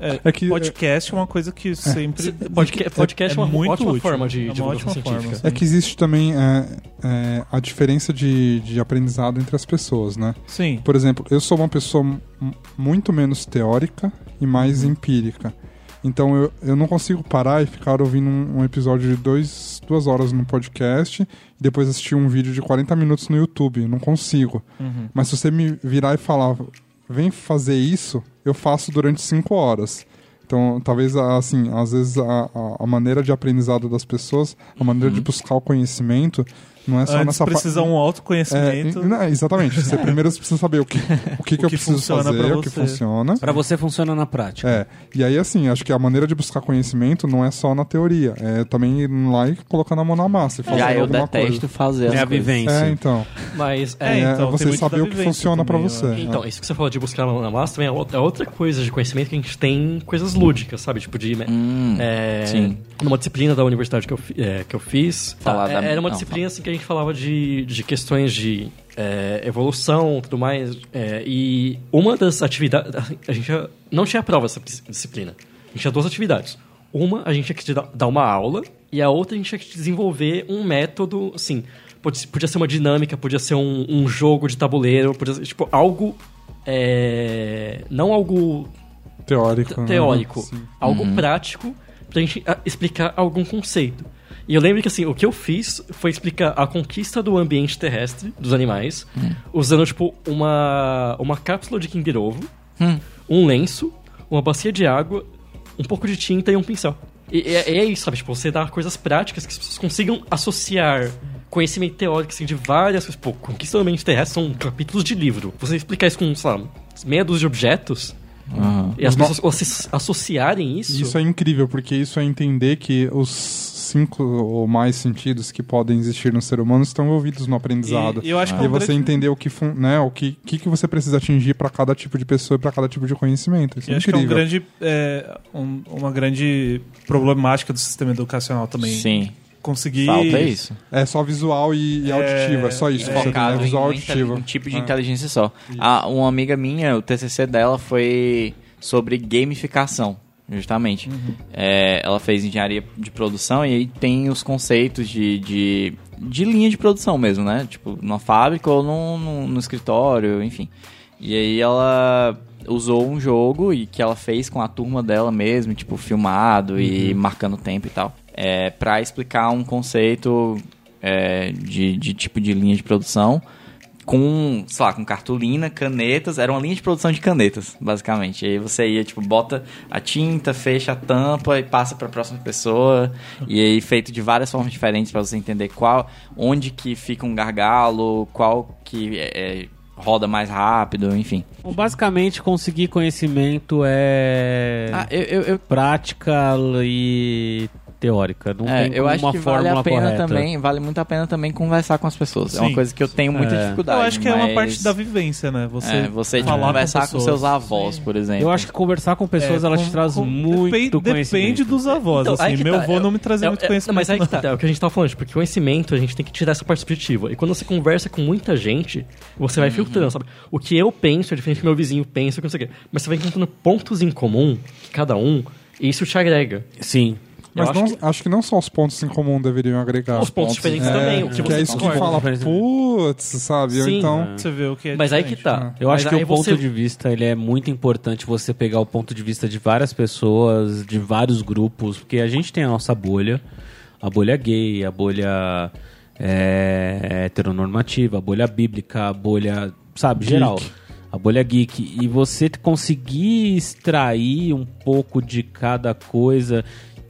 É,
É que-
podcast é uma coisa que sempre...
Podca- podcast é uma
muito
ótima
útil.
forma de
É uma
divulgação
ótima forma,
científica.
É que existe também é, é, a diferença de, de aprendizado entre as pessoas, né?
Sim.
Por exemplo, eu sou uma pessoa mu- muito menos teórica e mais
Uhum.
empírica. Então eu, eu não consigo parar e ficar ouvindo um, um episódio de dois, duas horas no podcast e depois assistir um vídeo de 40 minutos no YouTube. Eu não consigo.
Uhum.
Mas se você me virar e falar, vem fazer isso, eu faço durante cinco horas. Então, talvez, assim, às vezes a, a- a maneira de aprendizado das pessoas, a maneira de buscar o conhecimento, não é só
Uhum. Antes
nessa pa-
precisa um
é,
autoconhecimento.
não, exatamente. Você primeiro precisa saber o que, o que, que eu
que
preciso
funciona
fazer,
pra
o que
você.
funciona.
Pra você funciona na prática.
É. E aí, assim, acho que a maneira de buscar conhecimento não é só na teoria. É também ir lá e colocando a mão na massa e fazer
Já É, eu
alguma
detesto fazer as
É a
coisas.
vivência.
coisa. É, então.
Mas é,
É,
É,
então, tem
você
muito
saber
da
o que
vivência
funciona pra
também,
você.
eu acho.
né?
Então, isso que você falou de buscar na na massa também é outra- é outra coisa de conhecimento que a gente tem coisas lúdicas, sabe? Tipo de.
Hum,
é,
sim.
Numa disciplina da universidade que eu, fi- é, que eu fiz.
Falar
tá,
da-
Era uma
não,
disciplina assim, que a gente falava de, de questões de é, evolução tudo mais. é, e uma das atividades. A gente já- não tinha prova essa dis- disciplina. A gente tinha duas atividades. Uma, a gente tinha que dar- dar uma aula, e a outra, a gente tinha que desenvolver um método, assim. pode- Podia ser uma dinâmica, podia ser um, um jogo de tabuleiro, podia ser, tipo, algo. é, não algo
Então,
Teórico. né?
teórico,
Sim.
algo prático pra gente ah, explicar algum conceito. E eu lembro que assim, o que eu fiz foi explicar a conquista do ambiente terrestre dos animais, usando tipo uma uma cápsula de Kinder Ovo, um lenço, uma bacia de água, um pouco de tinta e um pincel. E e é, é isso, sabe? Tipo, você dá coisas práticas que as pessoas consigam associar conhecimento teórico, assim, de várias coisas. Pô, conquista do ambiente terrestre são capítulos de livro. Você explicar isso com, sei lá, meia dúzia de objetos,
Aham.
e as
Os no-
pessoas asso- associarem isso.
E Isso é incrível, porque isso é entender que os cinco ou mais sentidos que podem existir no ser humano estão envolvidos no aprendizado.
E, e eu acho que é
E
um
você
grande-
entender o que, fun- né, o que, que, que você precisa atingir pra cada tipo de pessoa e pra cada tipo de conhecimento. Isso
Eu
é
acho que é, um
incrível.
grande, é, um- uma grande problemática do sistema educacional também.
Sim,
Conseguir.
falta isso.
É só visual e, e auditivo, é só isso. que você tem,
focado
né?
em
visual
uma
auditivo.
inte- um tipo de
É.
inteligência só. Ah, uma amiga minha, o TCC dela foi sobre gamificação, justamente.
Uhum.
É, ela fez engenharia de produção e aí tem os conceitos de, de, de linha de produção mesmo, né? Tipo, numa fábrica ou num, num- no escritório, enfim. E aí ela usou um jogo e que ela fez com a turma dela mesmo, tipo, filmado e
Uhum.
marcando tempo e tal. É, pra explicar um conceito é, de, de tipo de linha de produção com, sei lá, com cartolina, canetas. Era uma linha de produção de canetas, basicamente. E aí você ia, tipo, bota a tinta, fecha a tampa e passa para a próxima pessoa. E aí feito de várias formas diferentes para você entender qual, onde que fica um gargalo, qual que é, é, roda mais rápido, enfim.
Bom, basicamente, conseguir conhecimento é
Ah, eu, eu, eu-
prática e teórica. Não
é,
tem
eu
uma
acho que vale
fórmula
a pena
correta.
também, vale muito a pena também conversar com as pessoas. é uma
Sim,
coisa que eu tenho muita
É.
dificuldade.
Eu acho que é uma
mas-
parte da vivência, né? Você,
É, você tipo,
falar com
conversar com,
pessoas.
seus avós, por exemplo.
Eu acho que conversar com pessoas,
É,
ela te
com-
traz
com-
muito
depen-
conhecimento.
Depende dos avós,
Então, aí
assim.
que
Meu
tá,
avô
é
eu-
não me trazia
eu-
muito
eu- não,
conhecimento.
Não, mas aí que
não.
tá, é o que a gente tava falando, tipo, porque conhecimento a gente tem que tirar essa parte subjetiva. E quando você conversa com muita gente, você vai filtrando, sabe? O que eu penso é diferente do que meu vizinho pensa, que não sei o quê. Mas você vai encontrando pontos em comum, que cada um, e isso te agrega.
Sim.
Mas
Eu
não-
acho
acho, que... não só os pontos em comum deveriam agregar.
Os pontos diferentes
É,
também, o
que
que você
é isso que
discorda.
fala,
Por exemplo.
putz, sabe? Ou
Sim.
então,
Você vê o que é
Mas aí que
diferente.
tá.
Eu acho
Mas
que
aí
o ponto
você-
de vista ele é muito importante você pegar o ponto de vista de várias pessoas, de vários grupos, porque a gente tem a nossa bolha, a bolha gay, a bolha é, heteronormativa, a bolha bíblica, a bolha, sabe, geral. A bolha geek. E você conseguir extrair um pouco de cada coisa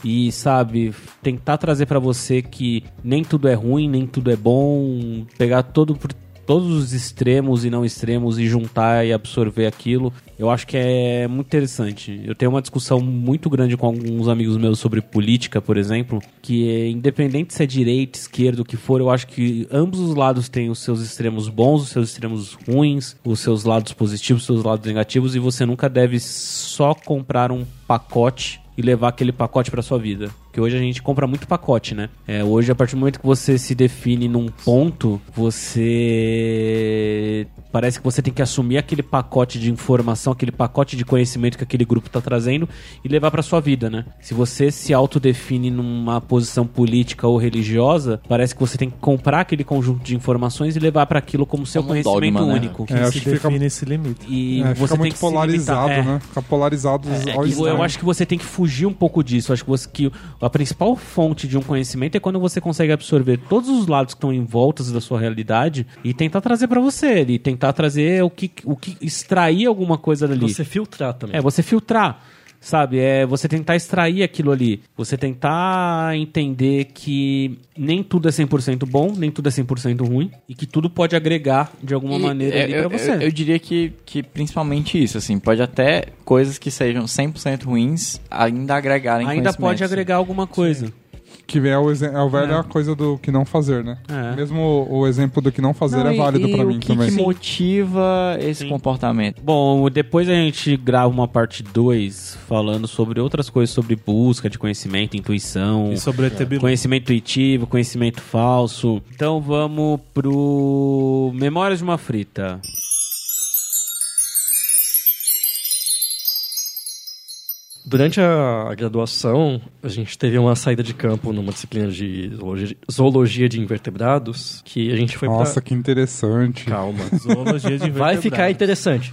e, sabe, tentar trazer pra você que nem tudo é ruim, nem tudo é bom, pegar todo por todos os extremos e não extremos e juntar e absorver aquilo, eu acho que é muito interessante. Eu tenho uma discussão muito grande com alguns amigos meus sobre política, por exemplo, que é, independente se é direita, esquerda, o que for, eu acho que ambos os lados têm os seus extremos bons, os seus extremos ruins, os seus lados positivos, os seus lados negativos e você nunca deve só comprar um pacote e levar aquele pacote pra sua vida. Porque hoje a gente compra muito pacote, né? É, hoje, a partir do momento que você se define num ponto, você. Parece que você tem que assumir aquele pacote de informação, aquele pacote de conhecimento que aquele grupo tá trazendo e levar pra sua vida, né? Se você se autodefine numa posição política ou religiosa, parece que você tem que comprar aquele conjunto de informações e levar pra aquilo como seu
Como um
conhecimento
dogma, né?
único.
É, acho
se
que fica-
define esse limite.
E
é,
você
fica
tem
muito
que se limitar.
polarizado,
É.
né? Fica polarizado ao
Eu-
extremo.
Eu acho que você tem que fugir um pouco disso. Eu acho que, você- que a principal fonte de um conhecimento é quando você consegue absorver todos os lados que estão em voltas da sua realidade e tentar trazer pra você, e tentar trazer o que, o que extrair alguma coisa dali.
Você filtrar também.
É, você filtrar, sabe? É você tentar extrair aquilo ali. Você tentar entender que nem tudo é 100% bom, nem tudo é 100% ruim e que tudo pode agregar de alguma
E
é maneira
eu,
ali
eu-
pra você.
Eu, eu diria que, que principalmente isso, assim, pode até coisas que sejam 100% ruins ainda agregarem
Ainda
conhecimento,
pode
assim.
agregar alguma coisa.
Que é o, exe- é o velho a coisa do que não fazer, né?
É.
Mesmo o, o exemplo do que não fazer
Não,
é
e-
válido
e
pra
o
mim
que
também.
que motiva esse comportamento?
Bom, depois a gente grava uma parte 2 falando sobre outras coisas, sobre busca de conhecimento, intuição,
E
É.
sobre o ET Bilu.
conhecimento intuitivo, conhecimento falso. Então vamos pro Memórias de uma Frita.
Durante a graduação, a gente teve uma saída de campo numa disciplina de zoologia, zoologia de invertebrados, que a gente foi
Nossa,
pra...
que interessante.
Calma.
Zoologia de
Vai
vertebrados.
ficar É. interessante.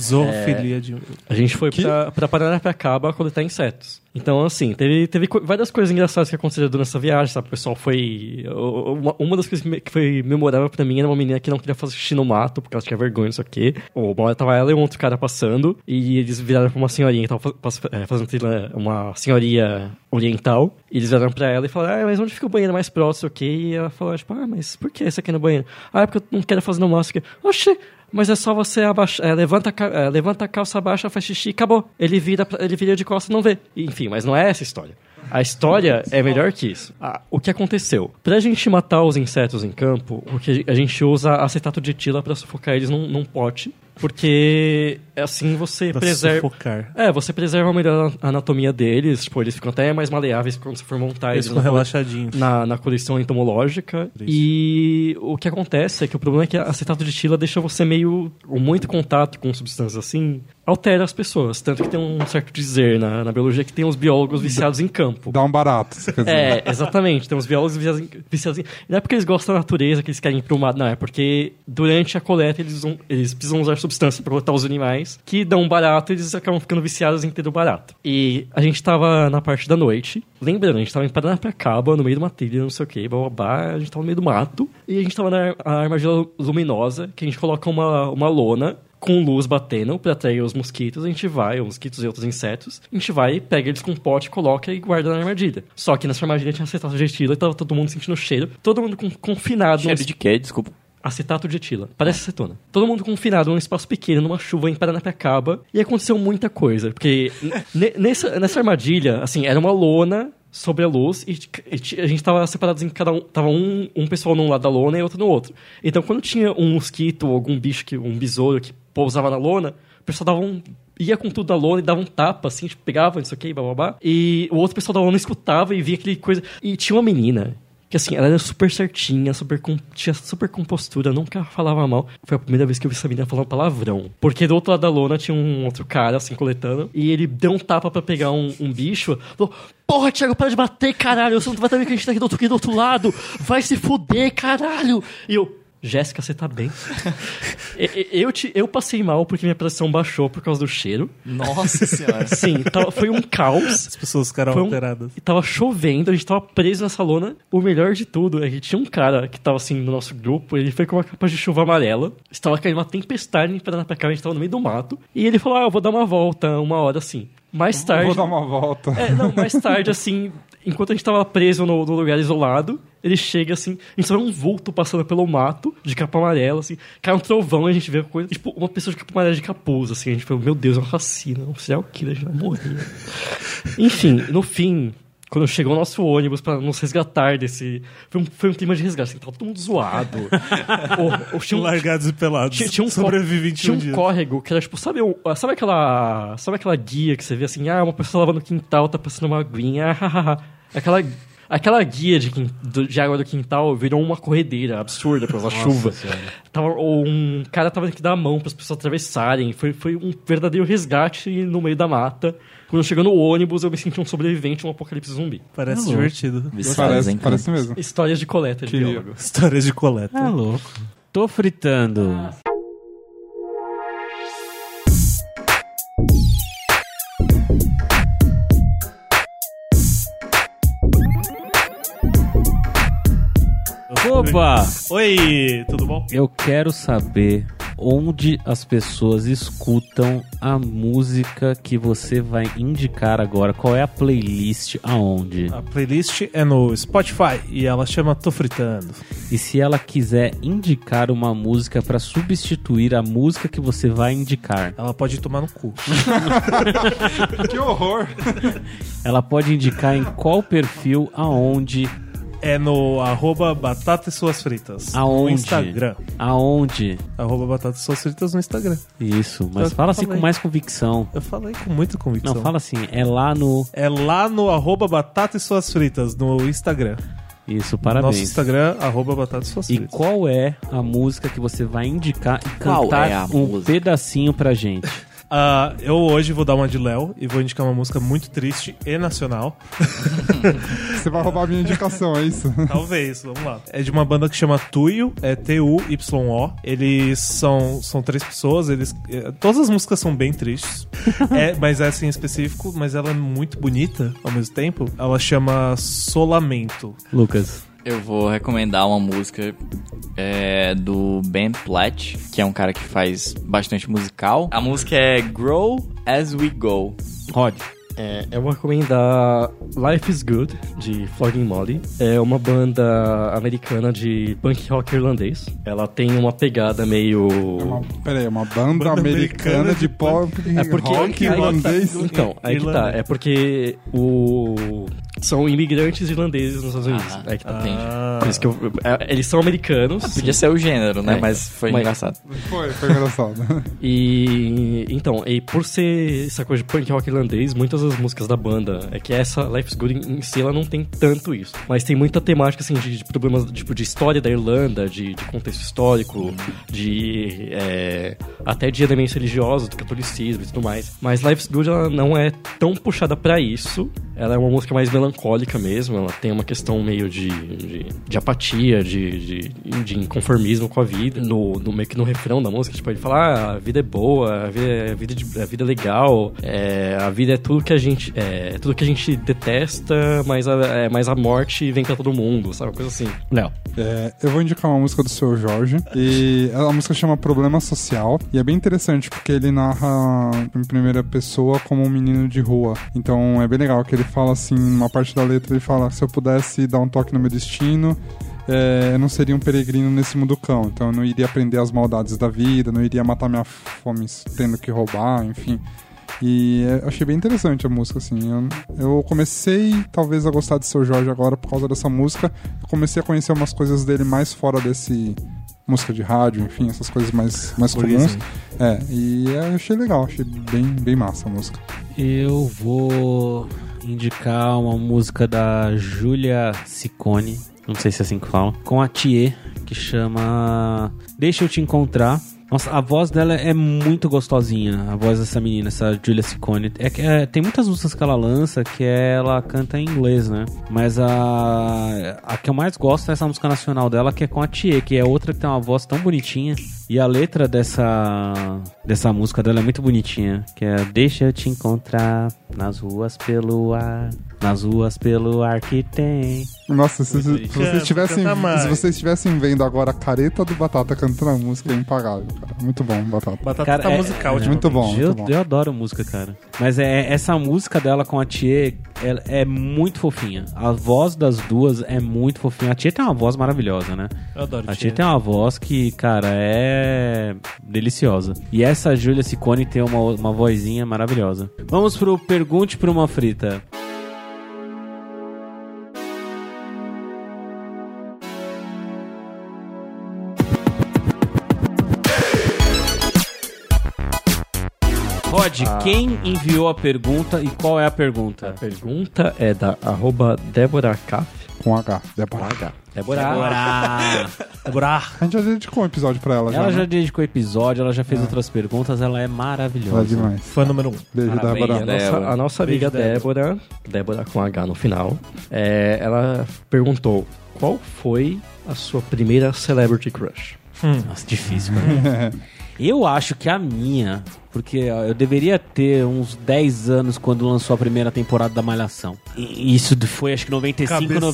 Zoofilia de...
A gente foi pra, pra Paranapiacaba coletar insetos. Então, assim, teve, teve co- várias coisas engraçadas que aconteceram durante essa viagem, sabe? O pessoal foi... o- Uma, uma das coisas que me- que foi memorável pra mim era uma menina que não queria fazer xixi no mato, porque ela tinha vergonha, não sei o quê. Ou Uma hora tava ela e um outro cara passando, e eles viraram pra uma senhorinha que tava fa- pass- eh, fazendo trilha, uma senhoria oriental, e eles viraram pra ela e falaram, ah, mas onde fica o banheiro mais próximo, ok? E ela falou, tipo, ah, mas por que você quer ir no banheiro? Ah, é porque eu não quero fazer no mato, aqui. Oxê! Mas é só você abaixar, é, levanta, a ca- é, levanta a calça baixa, faz xixi, acabou. Ele vira, pra- ele vira de costas, não vê. Enfim, mas não é essa a história. A história é melhor que isso. Ah, o que aconteceu? Pra gente matar os insetos em campo, o que a gente usa acetato de etila pra sufocar eles num, num pote, porque assim você
Pra
preserva.
sufocar.
É, você preserva melhor a anatomia deles, tipo, eles ficam até mais maleáveis quando você for montar
Eles
eles.
ficam
na-
relaxadinhos.
na, na coleção entomológica. E o que acontece é que o problema é que acetato de etila deixa você meio. com muito contato com substâncias assim. altera as pessoas. Tanto que tem um certo dizer na, na biologia que tem os biólogos viciados em campo.
Dá um barato, você quer dizer.
É, exatamente. Tem uns biólogos viciados em, viciados em- Não é porque eles gostam da natureza, que eles querem ir pro mato. Não, é porque durante a coleta eles, usam- eles precisam usar substância para botar os animais, que dão um barato e eles acabam ficando viciados em ter o barato. E a gente tava na parte da noite, lembrando, a gente tava em Paranapiacaba, no meio de uma trilha, não sei o que, babá, a gente tava no meio do mato, e a gente tava na na armadilha luminosa, que a gente coloca uma, uma lona com luz batendo pra atrair os mosquitos, a gente vai, os mosquitos e outros insetos, a gente vai, pega eles com um pote, coloca e guarda na armadilha. Só que nessa armadilha tinha acetato de etila e tava todo mundo sentindo o cheiro, todo mundo com- confinado. num
Cheiro de quê? Desculpa.
Acetato de etila. Parece acetona. Todo mundo confinado num espaço pequeno, numa chuva em Paranapiacaba. E aconteceu muita coisa. Porque ne- nessa, nessa armadilha, assim, era uma lona sobre a luz e, t- e t- a gente tava separados em cada um. Tava um, um pessoal num lado da lona e outro no outro. Então, quando tinha um mosquito ou algum bicho, que, um besouro que pousava na lona, o pessoal dava um... Ia com tudo da lona e dava um tapa, assim, tipo, pegava, isso aqui, blá, blá, blá. E o outro pessoal da lona escutava e via aquele coisa... E tinha uma menina que assim, ela era super certinha, super com- tinha super compostura, nunca falava mal. Foi a primeira vez que eu vi essa menina falando palavrão. Porque do outro lado da lona tinha um outro cara, assim, coletando. E ele deu um tapa pra pegar um, um bicho. Falou, porra, Thiago, para de bater, caralho. Você não vai saber que a gente tá aqui do outro, aqui do outro lado. Vai se fuder, caralho. E eu... Jéssica, você tá bem? E- e- eu, te- eu passei mal porque minha pressão baixou por causa do cheiro.
Nossa senhora.
Sim, tava- foi um caos.
As pessoas ficaram
Foi um-
alteradas.
E tava chovendo, a gente tava preso nessa lona. O melhor de tudo é que tinha um cara que tava assim no nosso grupo, ele foi com uma capa de chuva amarela. Estava caindo uma tempestade em Paranapiacaba, a gente tava no meio do mato. E ele falou: Ah, eu vou dar uma volta, uma hora assim. Mais tarde.
Vou dar uma volta.
É, não, mais tarde, assim, enquanto a gente tava preso no, no lugar isolado, ele chega assim, a gente só vê um vulto passando pelo mato, de capa amarela, assim, cai um trovão e a gente vê a coisa, tipo, uma pessoa de capa amarela de capuz, assim, a gente falou, meu Deus, é um assassino, é um serial killer, a gente vai morrer. Enfim, no fim, quando chegou o nosso ônibus pra nos resgatar desse. Foi um, foi um clima de resgate, assim, tava todo mundo zoado. o, o, tinha um-
Largados e pelados.
tinha, tinha um,
Sobrevive
có- tinha
21
um
dias.
córrego que era tipo, sabe, o- sabe aquela. Sabe aquela guia que você vê assim, ah, uma pessoa lavando no quintal, tá passando uma aguinha, ah, ah, ah, ah. Aquela, aquela guia de, quin- do- de água do quintal virou uma corredeira absurda por causa da chuva. Tava, ou um cara tava tendo que dar a mão para as pessoas atravessarem. Foi, foi um verdadeiro resgate no meio da mata. Quando chegou no ônibus, eu me senti um sobrevivente de um apocalipse zumbi.
Parece divertido.
Viciados em
Parece,
campo.
parece mesmo.
Histórias de coleta de biólogo.
Histórias de coleta.
Ah.
Tá louco. Tô fritando. Opa!
Oi, tudo bom?
Eu quero saber onde as pessoas escutam a música que você vai indicar agora. Qual é a playlist aonde?
A playlist é no Spotify e ela chama Tô Fritando.
E se ela quiser indicar uma música pra substituir a música que você vai indicar,
Ela pode tomar no cu.
Que horror.
ela pode indicar em qual perfil, aonde,
É no arroba batata e suas fritas.
Aonde?
No Instagram.
aonde.
Arroba batata e suas fritas no Instagram.
Isso, mas
Eu
fala assim
falei.
com mais convicção.
Eu falei com muita convicção.
Não, fala assim, é lá no.
É lá no arroba batata e suas fritas no Instagram.
Isso,
Nosso
parabéns.
Instagram, arroba batata e suas
E
fritas.
qual é a música que você vai indicar e
Qual
cantar
é a
um
música?
pedacinho pra gente?
Ah, eu hoje vou dar uma de Léo e vou indicar uma música muito triste e nacional.
Você vai roubar a minha indicação, é isso?
Talvez, vamos lá. É de uma banda que chama Tuyo, é T-U-Y-O. Eles são, são três pessoas, eles. eh, Todas as músicas são bem tristes. É, mas essa em específico, mas ela é muito bonita ao mesmo tempo. Ela chama Solamento.
Lucas.
Eu vou recomendar uma música é, do Ben Platt, que é um cara que faz bastante musical. A música é Grow As We Go.
Rod.
É, eu vou recomendar Life is Good, de Flogging Molly. É uma banda americana de punk rock irlandês. Ela tem uma pegada meio.
É uma, peraí, é uma banda, americana,
americana
de
de
pop
É porque-
rock
aí que tá.
irlandês.
Então, aí que tá.
Irlandês.
É porque o. são imigrantes irlandeses nos Estados Unidos.
Ah,
é que tá.
entendi.
Por isso que eu- é, eles são americanos.
Podia ser o gênero, né?
É.
Mas foi
Mas-
engraçado.
Foi, foi engraçado.
E então, e por ser essa coisa de punk rock irlandês, muitas das músicas da banda é que essa Life's Good em em si ela não tem tanto isso, mas tem muita temática assim de, de problemas tipo de história da Irlanda, de, de contexto histórico, de é, até de elementos religiosos, do catolicismo e tudo mais. Mas Life's Good ela não é tão puxada pra isso. Ela é uma música mais melancólica mesmo. Ela tem uma questão meio de, de, de apatia, de, de, de inconformismo com a vida. No, no meio que no refrão da música, tipo, ele fala: ah, a vida é boa, a vida é, a vida de- a vida é legal, é, a vida é tudo que a gente é, tudo que a gente detesta, mas a, é, mas a morte vem pra todo mundo, sabe? Uma coisa assim. Léo.
É, eu vou indicar uma música do seu Jorge. E a música chama Problema Social. E é bem interessante porque ele narra em primeira pessoa como um menino de rua. Então é bem legal que ele fala assim: uma parte da letra ele fala, se eu pudesse dar um toque no meu destino. é, eu não seria um peregrino nesse mundo cão, então eu não iria aprender as maldades da vida, não iria matar minha fome tendo que roubar, enfim. E é, eu achei bem interessante a música, assim. Eu, eu comecei, talvez, a gostar de Seu Jorge agora por causa dessa música. Eu comecei a conhecer umas coisas dele mais fora desse... Música de rádio, enfim, essas coisas mais, mais comuns. É, e eu achei legal, achei bem, bem massa a música.
Eu vou indicar uma música da Julia Ciccone, não sei se é assim que fala, com a Thier, que chama Deixa Eu Te Encontrar. Nossa, a voz dela é muito gostosinha, a voz dessa menina, essa Julia Ciccone. É que é, tem muitas músicas que ela lança que ela canta em inglês, né? Mas a, a que eu mais gosto é essa música nacional dela, que é com a Thier, que é outra que tem uma voz tão bonitinha. E a letra dessa, dessa música dela é muito bonitinha, que é Deixa eu te encontrar nas ruas pelo ar, nas ruas pelo ar que tem.
Nossa, se, se- se
Canta,
vocês tivessem,
canta mais.
se vocês estivessem vendo agora a careta do Batata cantando a música, é impagável, cara. Muito bom, Batata.
Batata
Cara,
tá
é-
musical, tipo.
Muito bom,
eu,
muito bom.
eu adoro música, cara. Mas é, essa música dela com a Tia é, é muito fofinha. A voz das duas é muito fofinha. A Tia tem uma voz maravilhosa, né?
Eu adoro
A
Tia.
Tia tem uma voz que, cara, é deliciosa. E essa Júlia Ciccone tem uma, uma vozinha maravilhosa. Vamos pro Pergunte pra uma Frita. Rod, quem enviou a pergunta e qual é a
A
pergunta?
pergunta é da arroba Débora K.
Com H, Débora.
Débora.
A gente já dedicou um episódio pra ela,
Ela
já.
já
né?
dedicou episódio, ela já fez outras perguntas, ela é maravilhosa.
Ela é demais.
Fã número um.
Beijo,
Parabéns,
Débora.
né?
A nossa,
Débora.
a nossa amiga
Beijo,
Débora, Débora com H no final, é, ela perguntou qual foi a sua primeira celebrity crush?
Nossa, difícil, cara. eu acho que a minha, porque ó, eu deveria ter uns 10 anos quando lançou a primeira temporada da Malhação. E isso foi acho que 95,
Cabeção.
Era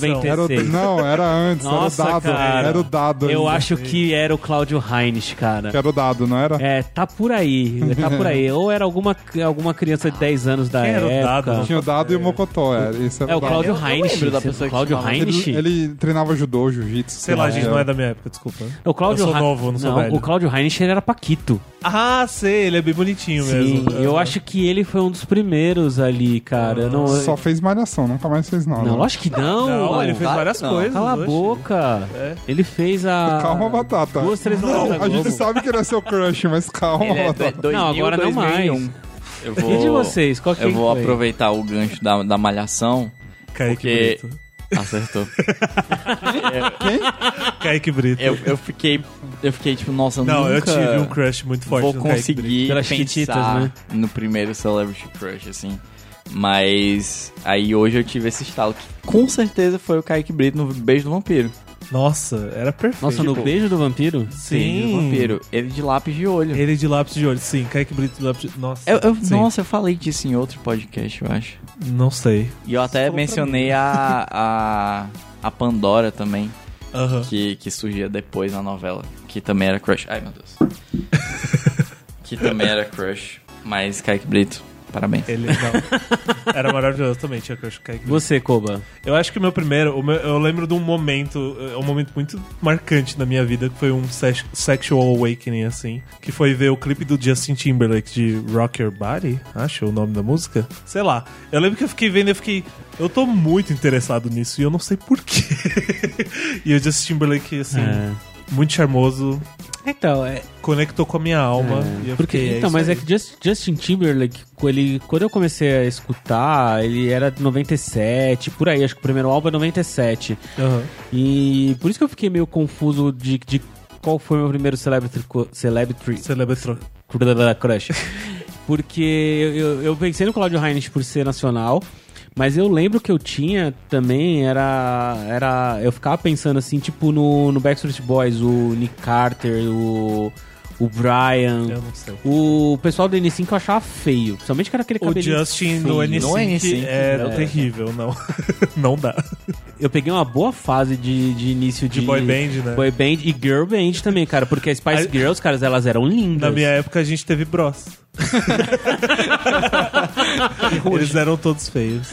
o-
96.
não, era antes,
Nossa,
era o dado.
cara.
Era o dado.
eu
ainda.
acho que era o Cláudio Heinz, cara.
Que era o dado, não era?
É, tá por aí, tá por aí. Ou era alguma, alguma criança de 10 anos da
Quem era o
época.
dado?
Tinha o dado e o mocotó. É, esse era
É o
dado.
Cláudio
Eu- eu
Heinz.
lembro da
você-
pessoa que
Cláudio
chamava.
Heinz.
Ele, ele treinava judô, jiu-jitsu.
Sei lá,
lá,
gente, não é da minha época, desculpa.
O Cláudio
Eu sou
Hei-
novo, não sou velho.
O Cláudio Heinz ele era Paquito.
Ah, sei, ele é bem bonitinho
Sim,
mesmo.
eu acho que ele foi um dos primeiros ali, cara. Eu não,
Só fez malhação, nunca mais fez nada.
Não, lógico que não.
Não, ele fez
claro
várias
que não.
coisas.
Cala a
oxe.
boca.
é.
Ele fez a.
Calma, Batata.
Duas, três novelas da
A gente
Globo.
sabe que ele é seu crush, mas calma,
Ele é do-
Batata.
2000,
Não, agora não
2001.
mais.
Eu
E de vocês? Qual que
Eu vou
foi?
aproveitar o gancho da, da malhação.
Kaique
Porque-
Brito.
Acertou.
Kaique Brito.
eu, eu fiquei. Eu fiquei tipo, nossa, eu
Não,
nunca
eu tive um crush muito forte
vou
no Kaique Brito.
conseguir
Pelas
pensar
Chiquititas, né?
no primeiro Celebrity Crush, assim. Mas aí hoje eu tive esse estalo que com certeza foi o Kaique Brito no Beijo do Vampiro.
Nossa, era perfeito.
Nossa, no Beijo do Vampiro?
Beijo do Vampiro. Ele de lápis de olho.
Ele de lápis de olho, sim. Kaique Brito de lápis de Nossa.
Eu, eu-
sim.
nossa, eu falei disso em outro podcast, eu acho.
Não sei.
E eu até mencionei a, a, a Pandora também,
Aham.
que, que surgia depois na novela, que também era crush. Ai, meu Deus. que também era crush, mas Kaique Brito. Parabéns.
Ele, não. Era maravilhoso também, tinha crush com o Kaique
Você, Koba.
Eu acho que o meu primeiro, o meu- eu lembro de um momento, é um momento muito marcante na minha vida, que foi um sex- sexual awakening, assim, que foi ver o clipe do Justin Timberlake de Rock Your Body, acho o nome da música. Sei lá. Eu lembro que eu fiquei vendo e eu fiquei, eu tô muito interessado nisso e eu não sei porquê. e o Justin Timberlake, assim,
É.
muito charmoso,
Então, é,
conectou com a minha alma. e eu
Porque,
fiquei, é
então,
isso
mas
aí.
é que Just- Justin Timberlake, co- ele, quando eu comecei a escutar, ele era de 97, por aí, acho que o primeiro álbum é 97.
Aham.
E por isso que eu fiquei meio confuso de, de qual foi o meu primeiro celebrity, co- celebrity
Celebetron.
crush. Porque eu, eu pensei no Claudio Heinrich por ser nacional, mas eu lembro que eu tinha também, era. era eu ficava pensando assim, tipo no, no Backstreet Boys, o Nick Carter, o. O Brian.
Eu não sei.
O pessoal do N5 eu achava feio. Principalmente que era aquele
O
cabelinho
Justin
feio.
no N5,
No N5,
é
né?
terrível, não. não dá.
Eu peguei uma boa fase de, de início de...
De boy band, né?
Boy band e girl band também, cara. Porque as Spice
Aí-
Girls, caras, elas eram lindas.
Na minha época a gente teve bros. Eles eram todos feios.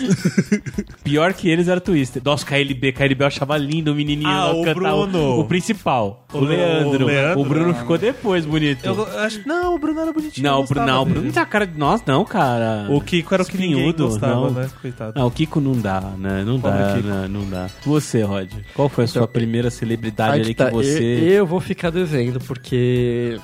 Pior que eles era Twister. Nossa, KLB. KLB eu achava lindo o menininho.
Ah,
lá
o
cantava-
Bruno.
O principal. O,
O-
Leandro.
o Leandro.
O Bruno ficou depois, bonito.
Eu acho, não, o Bruno era bonitinho.
Não,
eu
o Bruno,
gostava
não, o Bruno não
tá-
dele.
tem a cara de nós, não, cara.
O Kiko era o que ninguém
Espinhudo,
gostava,
não.
né? Coitado.
Ah, o Kiko não dá, né? Não
Pobre
dá,
Kiko.
né? não dá. Você, Rod, qual foi a sua
Então,
primeira celebridade
Aí
ali que,
tá,
você...
eu, eu vou ficar devendo, porque.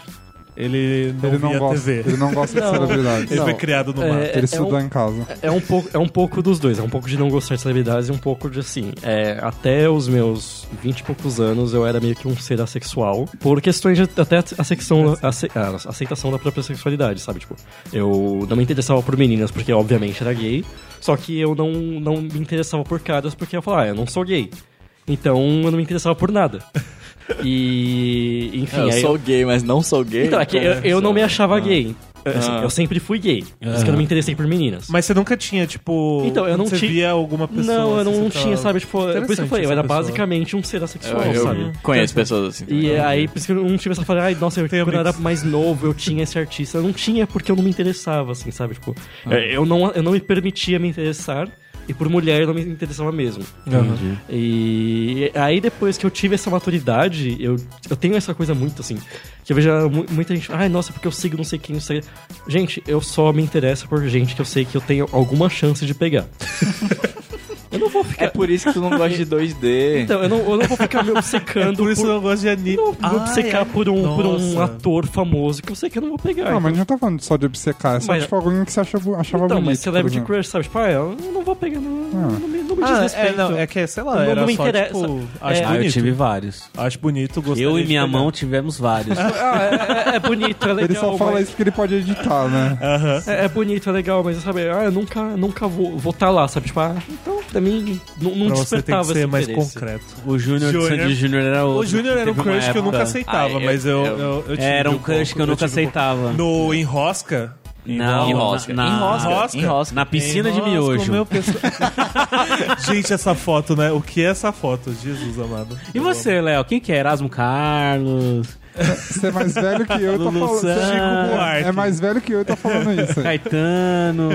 Ele não
Ele não
via
gosta.
TV.
Ele não gosta de
Não.
celebridades.
Ele foi
Não,
criado no
é,
mato.
Ele
é um-
estudar em casa.
É um, pouco, é um pouco dos dois, é um pouco de não gostar de celebridades e um pouco de assim. é, até os meus 20 e poucos anos eu era meio que um ser assexual, por questões de até a secção, a, ace- a aceitação da própria sexualidade, sabe? Tipo, eu não me interessava por meninas porque obviamente era gay, só que eu não, não me interessava por caras porque eu falava, ah, eu não sou gay. Então eu não me interessava por nada. E, enfim.
É, eu
aí
sou gay, mas não sou gay. né?
Então, é que eu, eu não me achava gay. Assim,
Ah.
Eu sempre fui gay. Por isso que eu não me interessei por meninas.
Mas você nunca tinha, tipo.
Então, eu não
você
tinha-
via alguma pessoa.
Não, eu
assim,
não,
você
tinha,
falava-
sabe? Tipo, por isso que eu
Interessante
falei, eu
essa
era
pessoa.
basicamente um ser assexual,
É, Eu, eu
sabe? Então,
conheço pessoas assim.
E
também.
aí, por isso que eu não tive essa falha, ai, nossa, eu,
Tem
quando eu era
amigos.
mais novo, eu tinha esse artista. Eu não tinha porque eu não me interessava, assim, sabe? Tipo, é, eu, não, eu não me permitia me interessar. E por mulher eu não me interessava mesmo. E aí depois que eu tive essa maturidade, eu, eu tenho essa coisa muito assim, que eu vejo mu- muita gente, ai nossa, porque eu sigo não sei quem, não sei. Gente, eu só me interesso por gente que eu sei que eu tenho alguma chance de pegar. eu não vou ficar
É por isso que tu não gosta de 2D.
então, eu não, eu não vou ficar me obcecando
É
um
Por isso eu não gosto de anime. Ah, é.
não, me obcecar por, um, por um
Nossa.
ator famoso que eu sei que eu não vou pegar.
Não, mas a
então,
gente não tá falando só de obcecar, é só
Mas-
tipo alguém que você achava, achava
então,
bonito.
mas Celebrity
por exemplo.
Crush, sabe? Tipo, ah, eu não vou pegar, não, não, me, não me
Ah, é,
desrespeito.
não, é que, sei lá,
Não-
era
não me
só,
interessa.
tipo, acho
É.
Ah, eu
bonito.
tive vários.
Acho bonito, gostaria
Eu e
de
minha
pegar.
mão tivemos vários.
Ah, é- é- é bonito, é legal.
Ele só fala
mas-
isso porque ele pode editar, né?
É, é bonito, é legal, mas sabe, ah, eu nunca, nunca vou estar lá, sabe? Tipo, ah, então, pra mim, não, não
Pra você tem
despertava
que ser
esse
mais
interesse.
concreto.
o Júnior de
Júnior.
Sandy Júnior era outro.
O Júnior era um
Teve uma
crush que eu
época-
nunca
é,
aceitava,
Ah,
mas eu,
eu-
eu, eu tive
Era um
pouco,
crush que eu nunca
tive um pouco.
aceitava.
No Enrosca?
Não,
Enrosca.
na- na-
Enrosca.
Enrosca?
Enrosca.
Na piscina de
Enrosca o
miojo.
meu pesco- Gente, essa foto, né? O que é essa foto? Jesus amado.
E você, Léo? Quem que é? Erasmo Carlos?
Você é mais velho que eu e tá
Lulu
falando.
Santos.
Chico Buarque. É mais velho que eu e tá falando isso.
Caetano?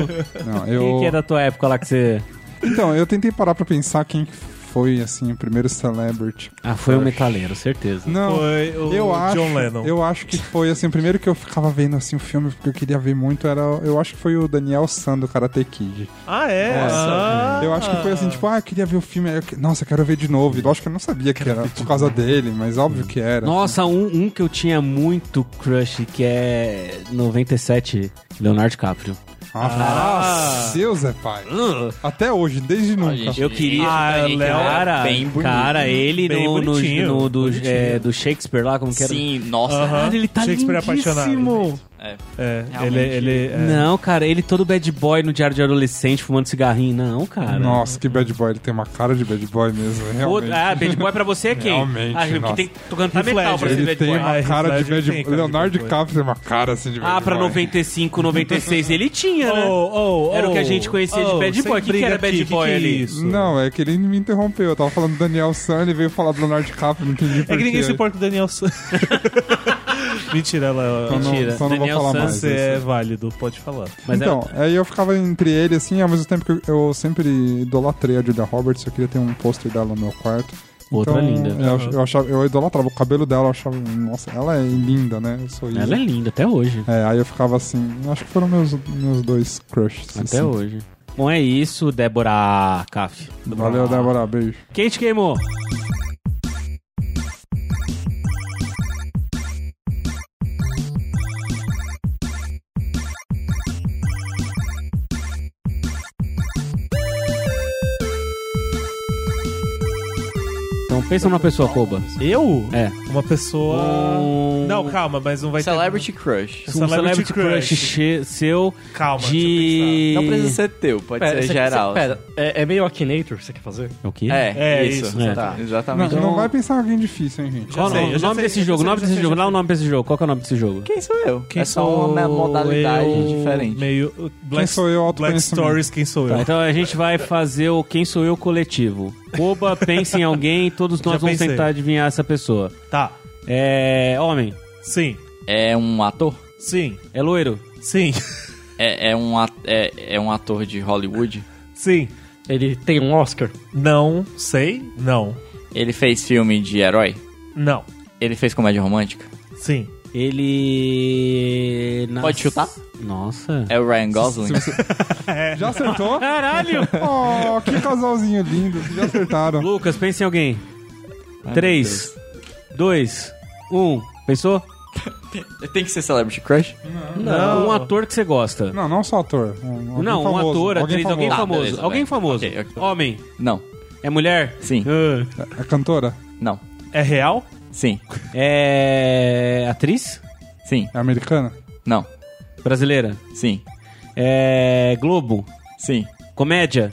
Não,
Quem que é da tua época lá que você...
Então, eu tentei parar pra pensar quem que foi, assim, o primeiro celebrity.
Ah, foi o metaleiro, certeza.
Não,
Foi o
eu
John
acho,
Lennon.
Eu acho que foi, assim, o primeiro que eu ficava vendo, assim, o filme, porque eu queria ver muito, era... Eu acho que foi o Daniel San, do Karate Kid.
Ah, é? Ah.
Eu acho que foi assim, tipo, ah, eu queria ver o filme, aí eu que- nossa, eu quero ver de novo. E lógico que eu não sabia que era por causa dele, mas óbvio que era.
Nossa, um, um que eu tinha muito crush, que é 97, Leonardo DiCaprio.
Ah, Deus é pai. Até hoje, desde
Ah,
nunca.
gente,
Eu queria...
isso
Ah,
daí,
Léo, cara,
bem bonito.
cara, ele
Bem
no, no,
bonitinho,
no- do,
bonitinho.
é, do Shakespeare lá, como que era?
Sim, nossa.
Aham.
Cara, ele tá
Shakespeare
lindíssimo.
apaixonado.
É.
É,
Realmente.
ele, ele é.
Não, cara, ele todo bad boy no diário de adolescente, fumando cigarrinho. Não, cara.
Nossa, que bad boy. Ele tem uma cara de bad boy mesmo,
Pô,
realmente.
ah, bad boy pra você é quem?
Realmente,
ah, porque
nossa.
tem que cantar
Heath
metal pra ser
Ledger,
Ele
assim, bad boy.
tem uma
Ah,
cara de
Heath Ledger
bad
tem
boy.
cara de
Leonardo
bad boy.
DiCaprio tem uma cara assim de bad boy.
Ah, pra 95, 96 ele tinha, né?
Oh, oh,
Era o que a
oh,
gente conhecia de
oh,
bad
sem
boy. O que que
briga
era bad
aqui, que
boy
que é
ali?
isso?
Não, é que ele me interrompeu. Eu tava falando do Daniel San, ele veio falar do Leonardo DiCaprio, não entendi
É
por
que
quê.
ninguém se importa com o Daniel San. Mentira, ela. é
Então não-
Mentira.
então não vou
Daniel
falar mais.
Sanz
Você é válido, pode falar.
Mas
então,
é-
aí eu ficava entre ele, assim, ao mesmo tempo que eu eu sempre idolatrei a Julia Roberts, eu queria ter um pôster dela no meu quarto.
Outra
Então,
linda.
Eu, ach- eu, achava, eu idolatrava o cabelo dela, eu achava, nossa, ela é linda, né? Eu sou
Ela é linda até hoje.
é, aí eu ficava assim, acho que foram meus, meus dois crushes.
Até
assim.
hoje. Bom, é isso, Débora Caff.
Valeu, Débora, beijo.
Quem te queimou? Então pensa numa pessoa boba.
Eu?
É.
Uma pessoa.
Um-
Não, calma, mas não vai
Celebrity Crush.
ter.
Um celebrity crush, che- seu
é Calma, deixa eu
de...
Não precisa ser teu, pode
Pera,
ser
você-
geral.
você- Pera,
assim.
é, é meio Akinator que você quer fazer?
O quê?
É,
É,
isso.
isso,
né?
Tá.
Não,
Exatamente.
não vai pensar em alguém difícil, hein, gente?
Já
Qual o
sei,
nome,
eu já
nome
sei,
desse
eu já
jogo?
sei,
nome
eu já
desse
sei,
jogo.
já
Lá o
sei.
nome desse jogo. Qual que é o nome desse jogo?
Quem sou eu?
Quem
é só
sou
uma modalidade
eu?
diferente.
Meio. uh, Black,
sou eu,
Black
autoconhecimento.
Stories, quem sou eu?
Tá, então a gente vai fazer o Quem Sou Eu coletivo. Oba, pense em alguém e todos nós
Já
vamos
pensei.
tentar adivinhar essa pessoa.
Tá.
É. Homem.
Sim.
É um ator?
Sim.
É loiro.
Sim.
É, é um at- é, é um ator de Hollywood?
Sim.
Ele tem um Oscar?
Não sei. Não.
Ele fez filme de herói?
Não.
Ele fez comédia romântica?
Sim.
Ele. nas-
Pode chutar?
Nossa.
É o Ryan Gosling?
Já acertou?
Caralho!
Oh, que casalzinho lindo, vocês já acertaram.
Lucas, pense em alguém.
Ai,
Três, dois, um. Pensou?
meu Deus. Tem que ser Celebrity Crush?
Não. Um ator que você gosta.
Não, não só ator. um- alguém
Não, um
famoso,
ator, atriz, alguém
Tá,
famoso.
beleza,
alguém
vai.
famoso.
Ok, ok.
Homem.
Não.
É mulher?
Sim.
Ah.
É cantora?
Não.
É real?
Sim.
É. Atriz?
Sim.
É americana?
Não.
Brasileira?
Sim.
É. Globo?
Sim.
Comédia?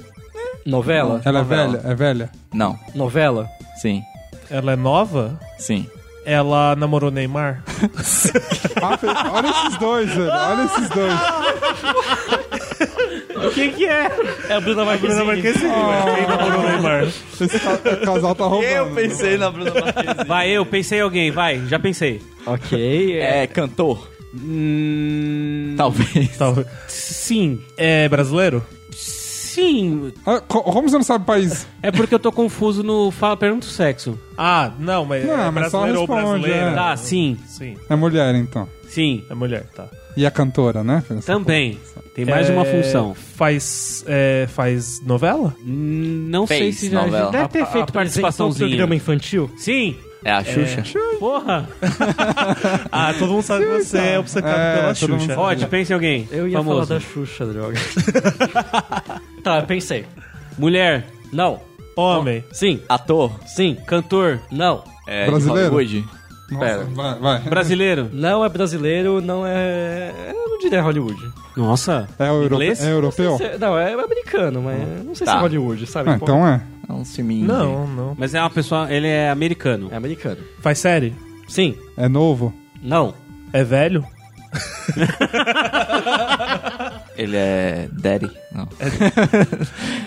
Novela?
Ela é
Novela.
velha? É velha?
Não.
Novela?
Sim.
Ela é nova?
Sim.
Ela namorou Neymar?
Ah, fez- Olha esses dois, velho. Olha esses dois.
Quem que é?
É a Bruna Marquezine.
Bruna Marquezine, mas quem namorou Neymar?
Ah, Esse ca- casal tá roubando.
na Bruna Marquezine.
Vai, eu pensei em alguém, vai, já pensei.
Ok, é...
É cantor?
Hum,
Talvez.
Talvez.
Sim.
É brasileiro?
Sim.
Ah, co- como você não sabe o país?
É porque eu tô confuso no. Fala, pergunta o sexo.
Ah, não, mas
Não,
é
mas só
brasileiro ou
responde,
brasileira?
é.
Tá, sim.
Sim,
É mulher, então.
Sim.
é mulher, tá.
E a cantora, né?
Também. Tem mais
É,
uma função.
Faz, é, faz novela?
Hum, Não sei
Fez
se já.
novela.
Deve ter feito
Apresentou um programa
participaçãozinha.
infantil?
Sim.
É a Xuxa?
Porra.
Ah, todo mundo sabe que você é obcecado
É,
pela
todo mundo
Xuxa.
Pode, pense em alguém.
Eu ia
famoso.
falar da Xuxa, droga. tá, eu pensei.
Mulher.
Não.
Homem.
Sim.
Ator?
Sim.
Cantor.
Não.
É
Brasileiro?
De Hollywood?
Nossa,
Pera.
vai, vai.
Brasileiro.
Não é brasileiro, não é... Eu não diria Hollywood.
Nossa.
É, o europe...
Inglês?
é europeu?
Se- Não, é americano, mas não sei
Tá.
se é Hollywood, sabe?
Ah, então é.
É um filminho.
Não, não.
Mas é uma pessoa. Ele é americano.
É americano.
Faz série?
Sim.
É novo?
Não.
É velho?
Ele é Daddy? Não.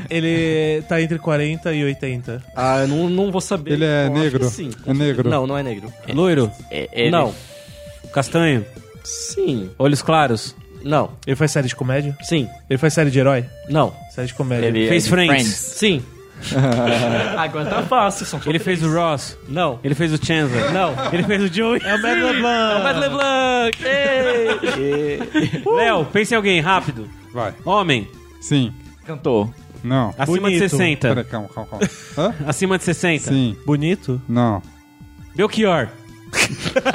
Ele tá entre 40 e 80.
Ah, eu não, não vou saber.
Ele é
Eu acho que
negro?
Sim.
É negro?
Não, não é negro.
Loiro.
É- ele-
Não.
Castanho.
Sim.
Olhos claros.
Não.
Ele faz série de comédia?
Sim.
Ele faz série de herói?
Não.
Série de comédia.
Ele
Fez
é de
Friends.
Sim. Agora tá fácil. São só
Ele
três.
fez o Ross.
Não.
Ele fez o Chandler.
Não.
Ele fez o Joey.
É o Matt LeBlanc.
Matt LeBlanc! Ei!
Léo, pense em alguém, rápido.
Vai.
Homem,
Sim.
Cantor.
Não.
acima de
Bonito.
60.
Peraí, calma, calma, calma. Hã?
Acima de 60.
Sim.
Bonito?
Não.
Belchior. Eu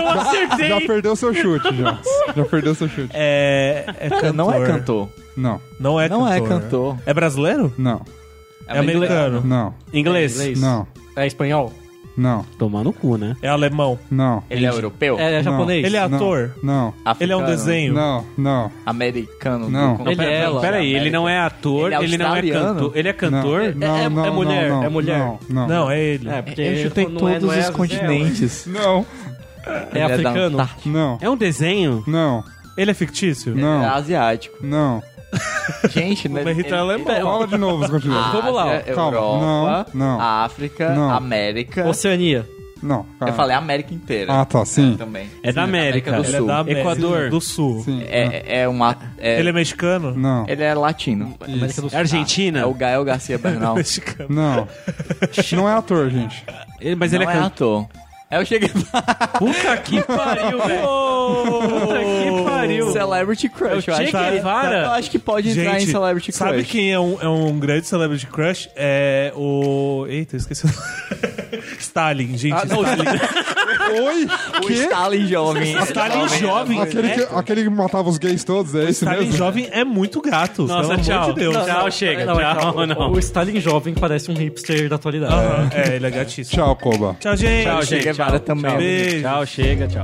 Já
acertei.
perdeu seu chute, já. Já perdeu seu chute.
É. é
Cara, não é
cantor.
cantor.
Não.
Não é
Não
cantor.
é cantor.
É brasileiro?
Não.
É americano.
Não.
Inglês.
Inglês.
Não.
É espanhol?
Não.
Tomar no cu, né?
É alemão.
Não.
Ele é europeu?
É, japonês?
Ele é
Não.
ator.
Não.
Ele é um
Africano?
desenho.
Não. Não.
Americano.
Não.
do-
Ele
Pera-
é ela.
Peraí, ele
América.
não é ator,
Ele é
ele, não é
australiano.
cantor. Ele é cantor?
Não,
é-
não,
é
não,
mulher,
não,
é mulher.
Não. Não.
Não, é ele.
É, porque
Ele tem
não é-
todos
não é-
os continentes.
Não.
É
Ele é da
africano?
Antártida.
Não.
É um desenho?
Não.
Ele é fictício?
É
Não.
asiático.
Não.
Gente, né?
O Berrito é alemão.
Fala de novo, continua.
Ásia,
Vamos lá, ó.
Europa,
Calma. Não, não.
África,
Não.
América.
Oceania.
Não, cara.
Eu falei a América inteira.
Ah, tá, sim.
É, também.
É da América.
do
Ele
Sul.
América
Equador.
do Sul.
Sim, ah,
É, é uma. é-
Ele é mexicano?
Não,
ele é latino.
isso.
É Argentina?
É o Gael Garcia Bernal.
Mexicano.
Não. Não é ator, gente.
Ele- mas ele é,
Não é
can-
ator. É o cheguei
Puta que pariu, velho. Puta que pariu.
Celebrity Crush.
É o
eu
Che
acho que-
Guevara?
Eu acho que pode entrar em Celebrity Crush.
sabe quem é um, é um grande Celebrity Crush? É o... Eita, eu esqueci o nome. Stalin, gente.
Ah,
Ah,
Stalin,
Oi?
O
Quê?
Stalin jovem.
Stalin jovem.
Aquele que,
é,
aquele que matava os gays todos, é esse
Stalin
mesmo?
jovem é muito gato.
Nossa,
pelo
tchau.
amor de Deus.
tchau, chega.
Não, é
tchau,
que o-
não.
O Stalin jovem parece um hipster da atualidade.
Aham, É, ele é gatíssimo.
Tchau, Koba.
Tchau, gente.
Tchau,
Che
gente.
Guevara
Tchau,
também.
tchau.
Beijo.
Tchau, chega, tchau.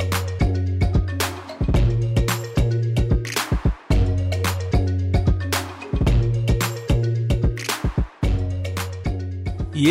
E